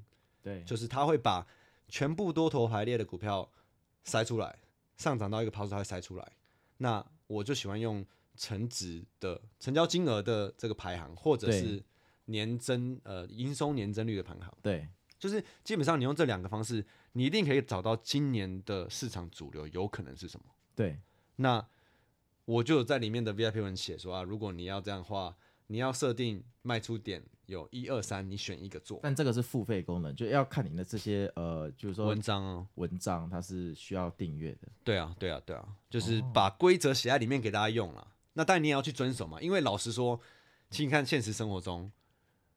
[SPEAKER 1] 对，
[SPEAKER 2] 就是他会把全部多头排列的股票筛出来，上涨到一个抛出，它会筛出来。那我就喜欢用成值的成交金额的这个排行，或者
[SPEAKER 1] 对
[SPEAKER 2] 是年增呃营收年增率的排行。
[SPEAKER 1] 对，
[SPEAKER 2] 就是基本上你用这两个方式，你一定可以找到今年的市场主流有可能是什么。
[SPEAKER 1] 对，
[SPEAKER 2] 那我就有在里面的 VIP 文写说啊，如果你要这样的话，你要设定卖出点有一二三，你选一个做
[SPEAKER 1] 但这个是付费功能，就要看你的这些呃，就是说
[SPEAKER 2] 文章哦。
[SPEAKER 1] 文章它是需要订阅的，
[SPEAKER 2] 对啊，对啊，对啊，就是把规则写在里面给大家用了。那当然你也要去遵守嘛，因为老实说，其实你看现实生活中，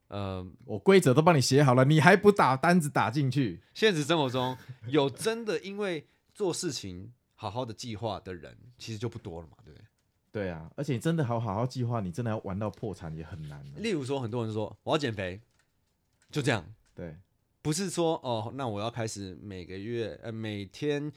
[SPEAKER 2] 呃，
[SPEAKER 1] 我规则都帮你写好了，你还不打单子打进去？
[SPEAKER 2] 现实生活中有真的因为做事情好好的计划的人，其实就不多了嘛，对不对？
[SPEAKER 1] 对啊，而且你真的好好好计划，你真的要玩到破产也很难的。
[SPEAKER 2] 例如说，很多人说我要减肥，就这样，
[SPEAKER 1] 对
[SPEAKER 2] 不是说哦，那我要开始每个月呃每天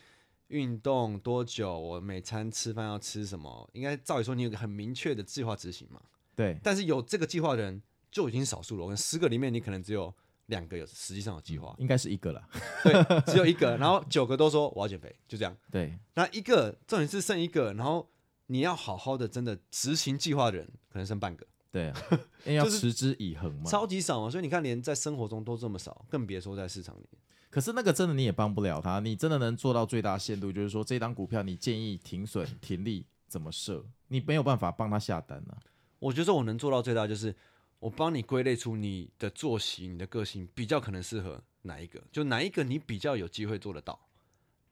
[SPEAKER 2] 运动多久，我每餐吃饭要吃什么，应该照理说你有个很明确的计划执行嘛。
[SPEAKER 1] 对
[SPEAKER 2] 但是有这个计划的人就已经少数了，我跟十个里面你可能只有两个有实际上有计划，
[SPEAKER 1] 应该是一个了。
[SPEAKER 2] 对，只有一个，然后九个都说我要减肥，就这样。
[SPEAKER 1] 对
[SPEAKER 2] 那一个重点是剩一个，然后你要好好的真的执行计划的人，可能剩半个。
[SPEAKER 1] 对 啊，因为要
[SPEAKER 2] 就是
[SPEAKER 1] 持之以恒嘛。
[SPEAKER 2] 超级少啊嘛，所以你看，连在生活中都这么少，更别说在市场里。
[SPEAKER 1] 可是那个真的你也帮不了他，你真的能做到最大限度，就是说这档股票你建议停损、停利怎么设，你没有办法帮他下单啊。
[SPEAKER 2] 我觉得我能做到最大就是，我帮你归类出你的作息、你的个性比较可能适合哪一个，就哪一个你比较有机会做得到。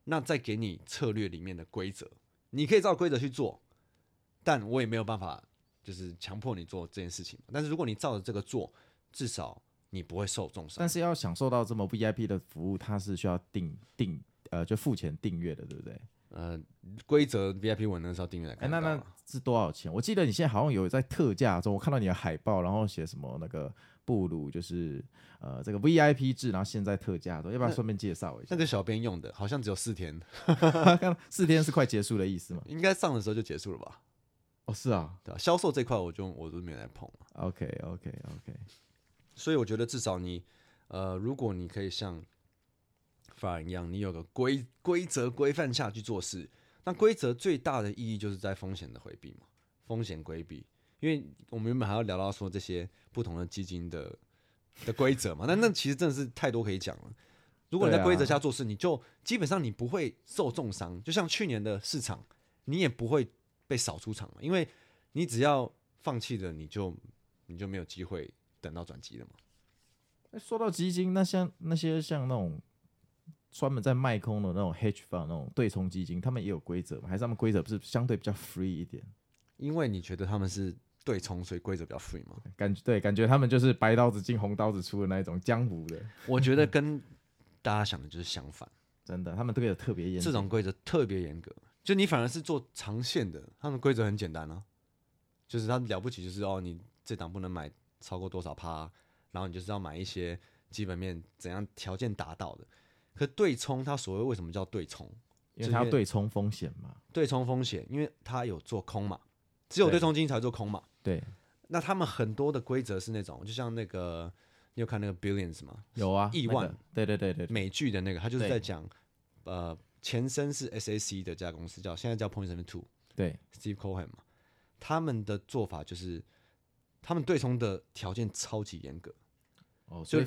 [SPEAKER 2] 那再给你策略里面的规则，你可以照规则去做，但我也没有办法就是强迫你做这件事情。但是如果你照着这个做，至少你不会受重伤
[SPEAKER 1] 但。是要享受到这么 VIP 的服务，它是需要订订呃就付钱订阅的，对不对？
[SPEAKER 2] 呃，规则 VIP 文那时候订阅来
[SPEAKER 1] 哎、
[SPEAKER 2] 看
[SPEAKER 1] 那
[SPEAKER 2] 得到啊、
[SPEAKER 1] 那是多少钱？我记得你现在好像有在特价中，我看到你的海报，然后写什么那个布鲁，就是呃这个 VIP 制，然后现在特价中，要不要顺便介绍一下
[SPEAKER 2] 那？个小编用的，好像只有四天，
[SPEAKER 1] 看四天是快结束的意思吗？
[SPEAKER 2] 应该上的时候就结束了吧？
[SPEAKER 1] 哦，是啊
[SPEAKER 2] 对吧、销售这块我就我都没有来碰了，
[SPEAKER 1] ，OK OK OK，
[SPEAKER 2] 所以我觉得至少你，呃，如果你可以像法人一样，你有个规规则规范下去做事，那规则最大的意义就是在风险的回避嘛，风险规避，因为我们原本还要聊到说这些不同的基金的的规则嘛，那那其实真的是太多可以讲了。如果你在
[SPEAKER 1] 对啊
[SPEAKER 2] 规则下做事，你就基本上你不会受重伤，就像去年的市场，你也不会被扫出场嘛，因为你只要放弃了，你就你就没有机会等到转机了嘛。
[SPEAKER 1] 哎说到基金，那像那些像那种专门在卖空的那种 hedge fund 那种对冲基金，他们也有规则吗？还是他们规则不是相对比较 free 一点？
[SPEAKER 2] 因为你觉得他们是对冲，所以规则比较 free 嘛。
[SPEAKER 1] 感觉对，感觉他们就是白刀子进红刀子出的那一种江湖的，
[SPEAKER 2] 我觉 得跟大家想的就是相反，
[SPEAKER 1] 真的，他们对的特别严谨。
[SPEAKER 2] 这种规则特别严格，就你反而是做长线的，他们规则很简单啊，就是他了不起就是哦，你这档不能买超过多少趴、然后你就是要买一些基本面怎样条件达到的。可对冲，它所谓为什么叫对冲？
[SPEAKER 1] 因为它要对冲风险嘛。
[SPEAKER 2] 对冲风险，因为它有做空嘛，只有
[SPEAKER 1] 对
[SPEAKER 2] 对冲基金才会做空嘛。
[SPEAKER 1] 对，
[SPEAKER 2] 那他们很多的规则是那种，就像那个你有看那个 Billions 吗？
[SPEAKER 1] 有啊，
[SPEAKER 2] 亿
[SPEAKER 1] 那个
[SPEAKER 2] 万
[SPEAKER 1] 对对对对对，
[SPEAKER 2] 美剧的那个，他就是
[SPEAKER 1] 对
[SPEAKER 2] 在讲，呃，前身是 SAC 的这家公司叫现在叫 Point Seven Two，Steve
[SPEAKER 1] 对
[SPEAKER 2] Cohen 嘛，他们的做法就是，他们对冲的条件超级严格，
[SPEAKER 1] 哦，所以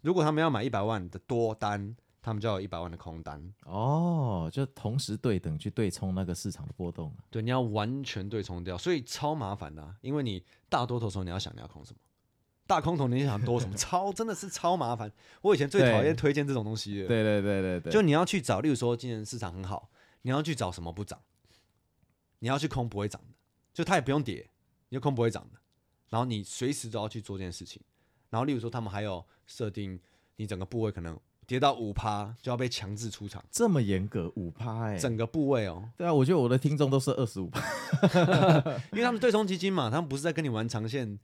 [SPEAKER 2] 如果他们要买一百万的多单，他们就要有一百万的空单，
[SPEAKER 1] 哦，就同时对等去对冲那个市场的波动啊。
[SPEAKER 2] 对，你要完全对冲掉，所以超麻烦的啊、因为你大多头的时候你要想你要空什么。大空头，你想 多什么？超真的是超麻烦。我以前最讨
[SPEAKER 1] 对
[SPEAKER 2] 厌推荐这种东西了
[SPEAKER 1] 对。对对对对，
[SPEAKER 2] 就你要去找，例如说今年市场很好，你要去找什么不涨，你要去空不会涨的，就它也不用跌，你就空不会涨的，然后你随时都要去做这件事情。然后例如说他们还有设定你整个部位可能跌到五趴就要被强制出场，
[SPEAKER 1] 这么严格五趴哎，
[SPEAKER 2] 整个部位哦，
[SPEAKER 1] 对啊，我觉得我的听众都是二十五趴，
[SPEAKER 2] 因为他们对冲基金嘛，他们不是在跟你玩长线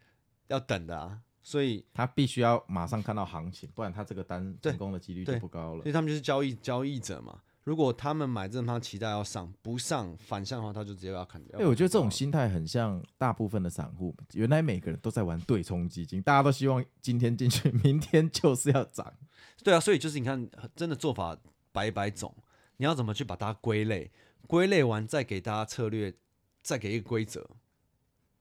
[SPEAKER 2] 要等的啊，所以
[SPEAKER 1] 他必须要马上看到行情，不然他这个单
[SPEAKER 2] 对
[SPEAKER 1] 成功的几率就
[SPEAKER 2] 对
[SPEAKER 1] 不高了
[SPEAKER 2] 所。以他们就是交易交易者嘛。如果他们买正方期待要上，不上反向的话，他就直接要砍掉。
[SPEAKER 1] 哎、我觉得这种心态很像大部分的散户，原来每个人都在玩对冲基金，大家都希望今天进去，明天就是要涨。
[SPEAKER 2] 对啊，所以就是你看，真的做法百百种，你要怎么去把它归类？归类完再给大家策略，再给一个规则。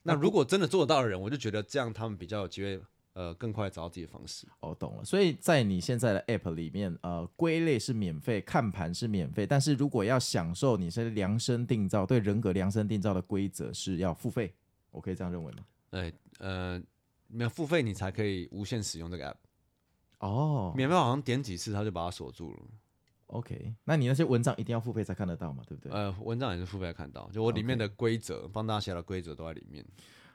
[SPEAKER 2] 那如果真的做得到的人，我就觉得这样他们比较有机会，呃，更快地找到自己的方式。
[SPEAKER 1] 哦，懂了。所以在你现在的 App 里面，呃，归类是免费，看盘是免费，但是如果要享受你是量身定造对人格量身定造的规则是要付费，我可以这样认为吗？
[SPEAKER 2] 哎，呃，没有付费你才可以无限使用这个 app，
[SPEAKER 1] 哦
[SPEAKER 2] 免费好像点几次它就把它锁住了。
[SPEAKER 1] ，OK，那你那些文章一定要付费才看得到嘛，对不对？
[SPEAKER 2] 呃，文章也是付费看到，就我里面的规则，帮大家写的规则都在里面。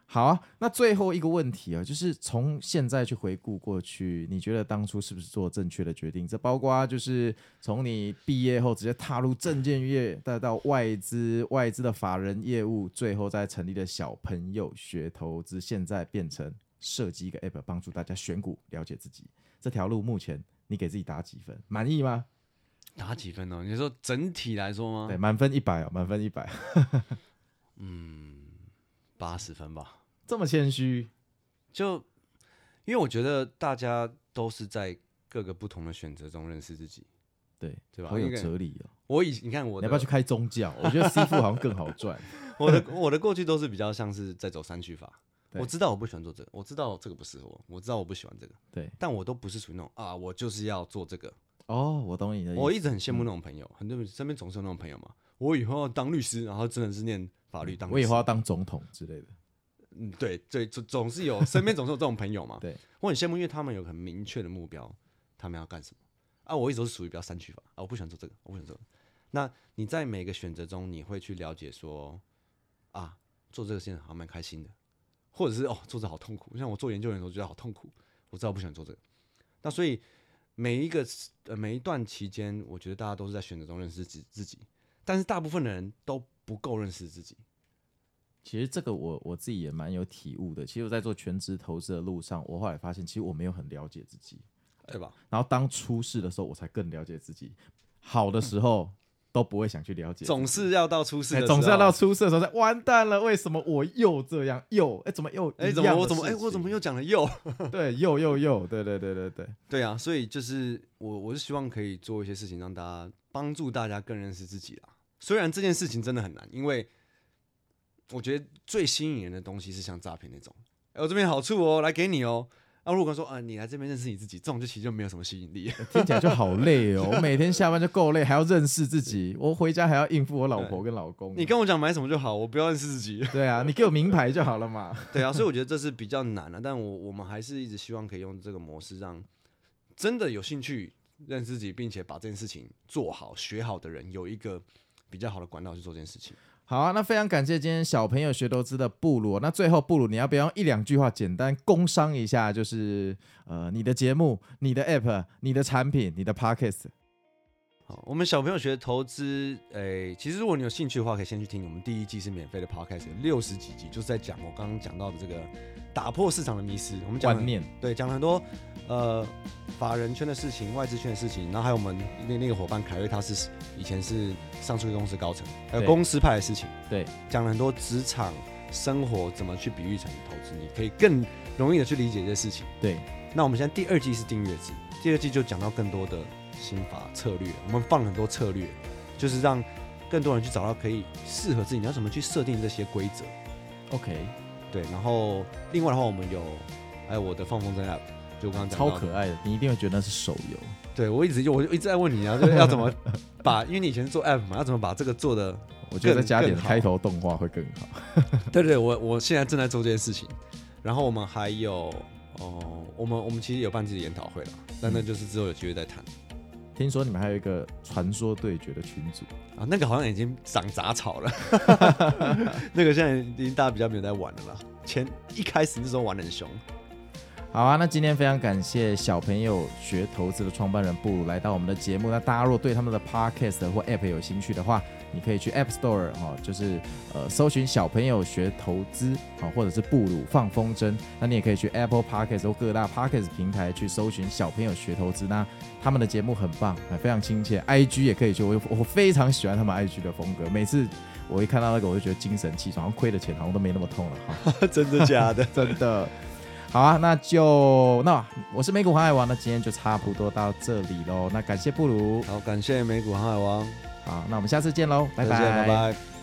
[SPEAKER 1] 好啊，那最后一个问题啊，就是从现在去回顾过去，你觉得当初是不是做正确的决定？这包括就是从你毕业后直接踏入证券业，再到外资、外资的法人业务，最后再成立的小朋友学投资，现在变成设计一个 app 帮助大家选股、了解自己这条路，目前你给自己打几分？满意吗？
[SPEAKER 2] 打几分哦？你说整体来说吗？
[SPEAKER 1] 对，满分一百哦，满分一百，
[SPEAKER 2] 嗯八十分吧。
[SPEAKER 1] 这么谦虚，
[SPEAKER 2] 就因为我觉得大家都是在各个不同的选择中认识自己。
[SPEAKER 1] 对
[SPEAKER 2] 对吧
[SPEAKER 1] 好有
[SPEAKER 2] 应该
[SPEAKER 1] 哲理哦。
[SPEAKER 2] 我以你看我
[SPEAKER 1] 你
[SPEAKER 2] 的
[SPEAKER 1] 要不要去开宗教？我觉得 C 傅好像更好赚。
[SPEAKER 2] 我的我的过去都是比较像是在走三区法。
[SPEAKER 1] 对
[SPEAKER 2] 我知道我不喜欢做这个，我知道这个不适合我，我知道我不喜欢这个，
[SPEAKER 1] 对。
[SPEAKER 2] 但我都不是属于那种啊，我就是要做这个。
[SPEAKER 1] 哦，我懂你的意思。
[SPEAKER 2] 我一直很
[SPEAKER 1] 嗯
[SPEAKER 2] 羡慕那种朋友，很多人身边总是有那种朋友嘛。我以后要当律师，然后真的是念法律当律师。
[SPEAKER 1] 我以后要当总统之类的。
[SPEAKER 2] 嗯，对，对，总总是 有身边总是有这种朋友嘛。
[SPEAKER 1] 对，
[SPEAKER 2] 我很羡慕，因为他们有很明确的目标，他们要干什么啊？我一直都是属于比较三区法啊，我不喜欢做这个，我不喜欢做这个。那你在每个选择中，你会去了解说啊，做这个事情好像蛮开心的，或者是哦，做这好痛苦。像我做研究员的时候，觉得好痛苦，我知道我不喜欢做这个。那所以每一个呃每一段期间，我觉得大家都是在选择中认识自自己，但是大部分的人都不够认识自己。
[SPEAKER 1] 其实这个我我自己也蛮有体悟的。其实我在做全职投资的路上，我后来发现，其实我没有很了解自己。
[SPEAKER 2] 对吧？
[SPEAKER 1] 然后当出事的时候，我才更了解自己。好的时 候都不会想去了解自己，
[SPEAKER 2] 总是要到出事
[SPEAKER 1] 哎
[SPEAKER 2] 的时候，
[SPEAKER 1] 总是要到出事的时候才完蛋了。为什么我又这样？又哎，怎么又
[SPEAKER 2] 哎、
[SPEAKER 1] 一
[SPEAKER 2] 怎么
[SPEAKER 1] 样
[SPEAKER 2] 我
[SPEAKER 1] 的
[SPEAKER 2] 怎么哎、
[SPEAKER 1] 事
[SPEAKER 2] 我怎么
[SPEAKER 1] 情
[SPEAKER 2] 又讲了又？
[SPEAKER 1] 对又又又对对对对对。
[SPEAKER 2] 对啊，所以就是我我是希望可以做一些事情，让大家帮助大家更认识自己啦。虽然这件事情真的很难，因为我觉得最吸引人的东西是像诈骗那种，哎、我这边有好处哦，来给你哦，啊，如果说啊，你来这边认识你自己，这种就其实就没有什么吸引力。
[SPEAKER 1] 哎听起来就好累哦。我每天下班就够累，还要认识自 己，我回家还要应付我老婆跟老公。
[SPEAKER 2] 你跟我讲买什么就好，我不要认识自己。
[SPEAKER 1] 对啊，你给我名牌就好了嘛。
[SPEAKER 2] 对啊，所以我觉得这是比较难的、但我我们还是一直希望可以用这个模式，让真的有兴趣认识自己，并且把这件事情做好、学好的人，有一个比较好的管道去做这件事情。
[SPEAKER 1] 好啊，那非常感谢今天小朋友学投资的布鲁哦。那最后，布鲁你要不要用一两句话简单工商一下？就是呃，你的节目、你的 App、你的产品、你的 Podcast。
[SPEAKER 2] 好，我们小朋友学投资，诶、其实如果你有兴趣的话，可以先去听我们第一季是免费的 podcast，六十几集，就是在讲我刚刚讲到的这个打破市场的迷失。我们讲了
[SPEAKER 1] 观念，
[SPEAKER 2] 对，讲了很多呃法人圈的事情、外资圈的事情，然后还有我们那那个伙伴凯瑞，他是以前是上市公司高层，还有
[SPEAKER 1] 对
[SPEAKER 2] 公司派的事情，
[SPEAKER 1] 对，
[SPEAKER 2] 讲了很多职场生活怎么去比喻成投资，你可以更容易的去理解这些事情。
[SPEAKER 1] 对，
[SPEAKER 2] 那我们现在第二季是订阅制，第二季就讲到更多的心法策略，我们放了很多策略，就是让更多人去找到可以适合自己，你要怎么去设定这些规则。
[SPEAKER 1] OK，
[SPEAKER 2] 对，然后另外的话，我们有还有我的放风筝 app，就我刚刚讲
[SPEAKER 1] 超
[SPEAKER 2] 到
[SPEAKER 1] 可爱的，你一定会觉得那是手游。
[SPEAKER 2] 的。对我一直就我就一直在问你啊，就是 要怎么把，因为你以前做 app 嘛，要怎么把这个做的？
[SPEAKER 1] 我觉得再
[SPEAKER 2] 更
[SPEAKER 1] 加点
[SPEAKER 2] 更好
[SPEAKER 1] 开头动画会更好。
[SPEAKER 2] 对对，我我现在正在做这件事情。然后我们还有哦，我们我们其实有办自己的研讨会了，但那就是之后有机会再谈。
[SPEAKER 1] 听说你们还有一个传说对决的群组，
[SPEAKER 2] 啊，那个好像已经长杂草 了，那个现在已经大家比较没有在玩了啦。前一开始那时候玩的很凶，
[SPEAKER 1] 好啊，那今天非常感谢小朋友学投资的创办人布鲁来到我们的节目。那大家若对他们的 podcast 或 app 有兴趣的话，你可以去 App Store 哦，就是呃搜寻“小朋友学投资”啊、哦，或者是“布鲁放风筝”。那你也可以去 Apple Podcast 或各大 podcast 平台去搜寻“小朋友学投资”。那他们的节目很棒，啊非常亲切。IG 也可以去，我我非常喜欢他们 IG 的风格。每次我一看到那个，我就觉得精神气爽，好像亏的钱好像都没那么痛了哈。
[SPEAKER 2] 真的 假的？
[SPEAKER 1] 真的。好啊，那就那我是美股航海王，那今天就差不多到这里喽。那感谢布鲁，
[SPEAKER 2] 好，感谢美股航海王，
[SPEAKER 1] 好，那我们下次见喽，拜
[SPEAKER 2] 再见拜拜。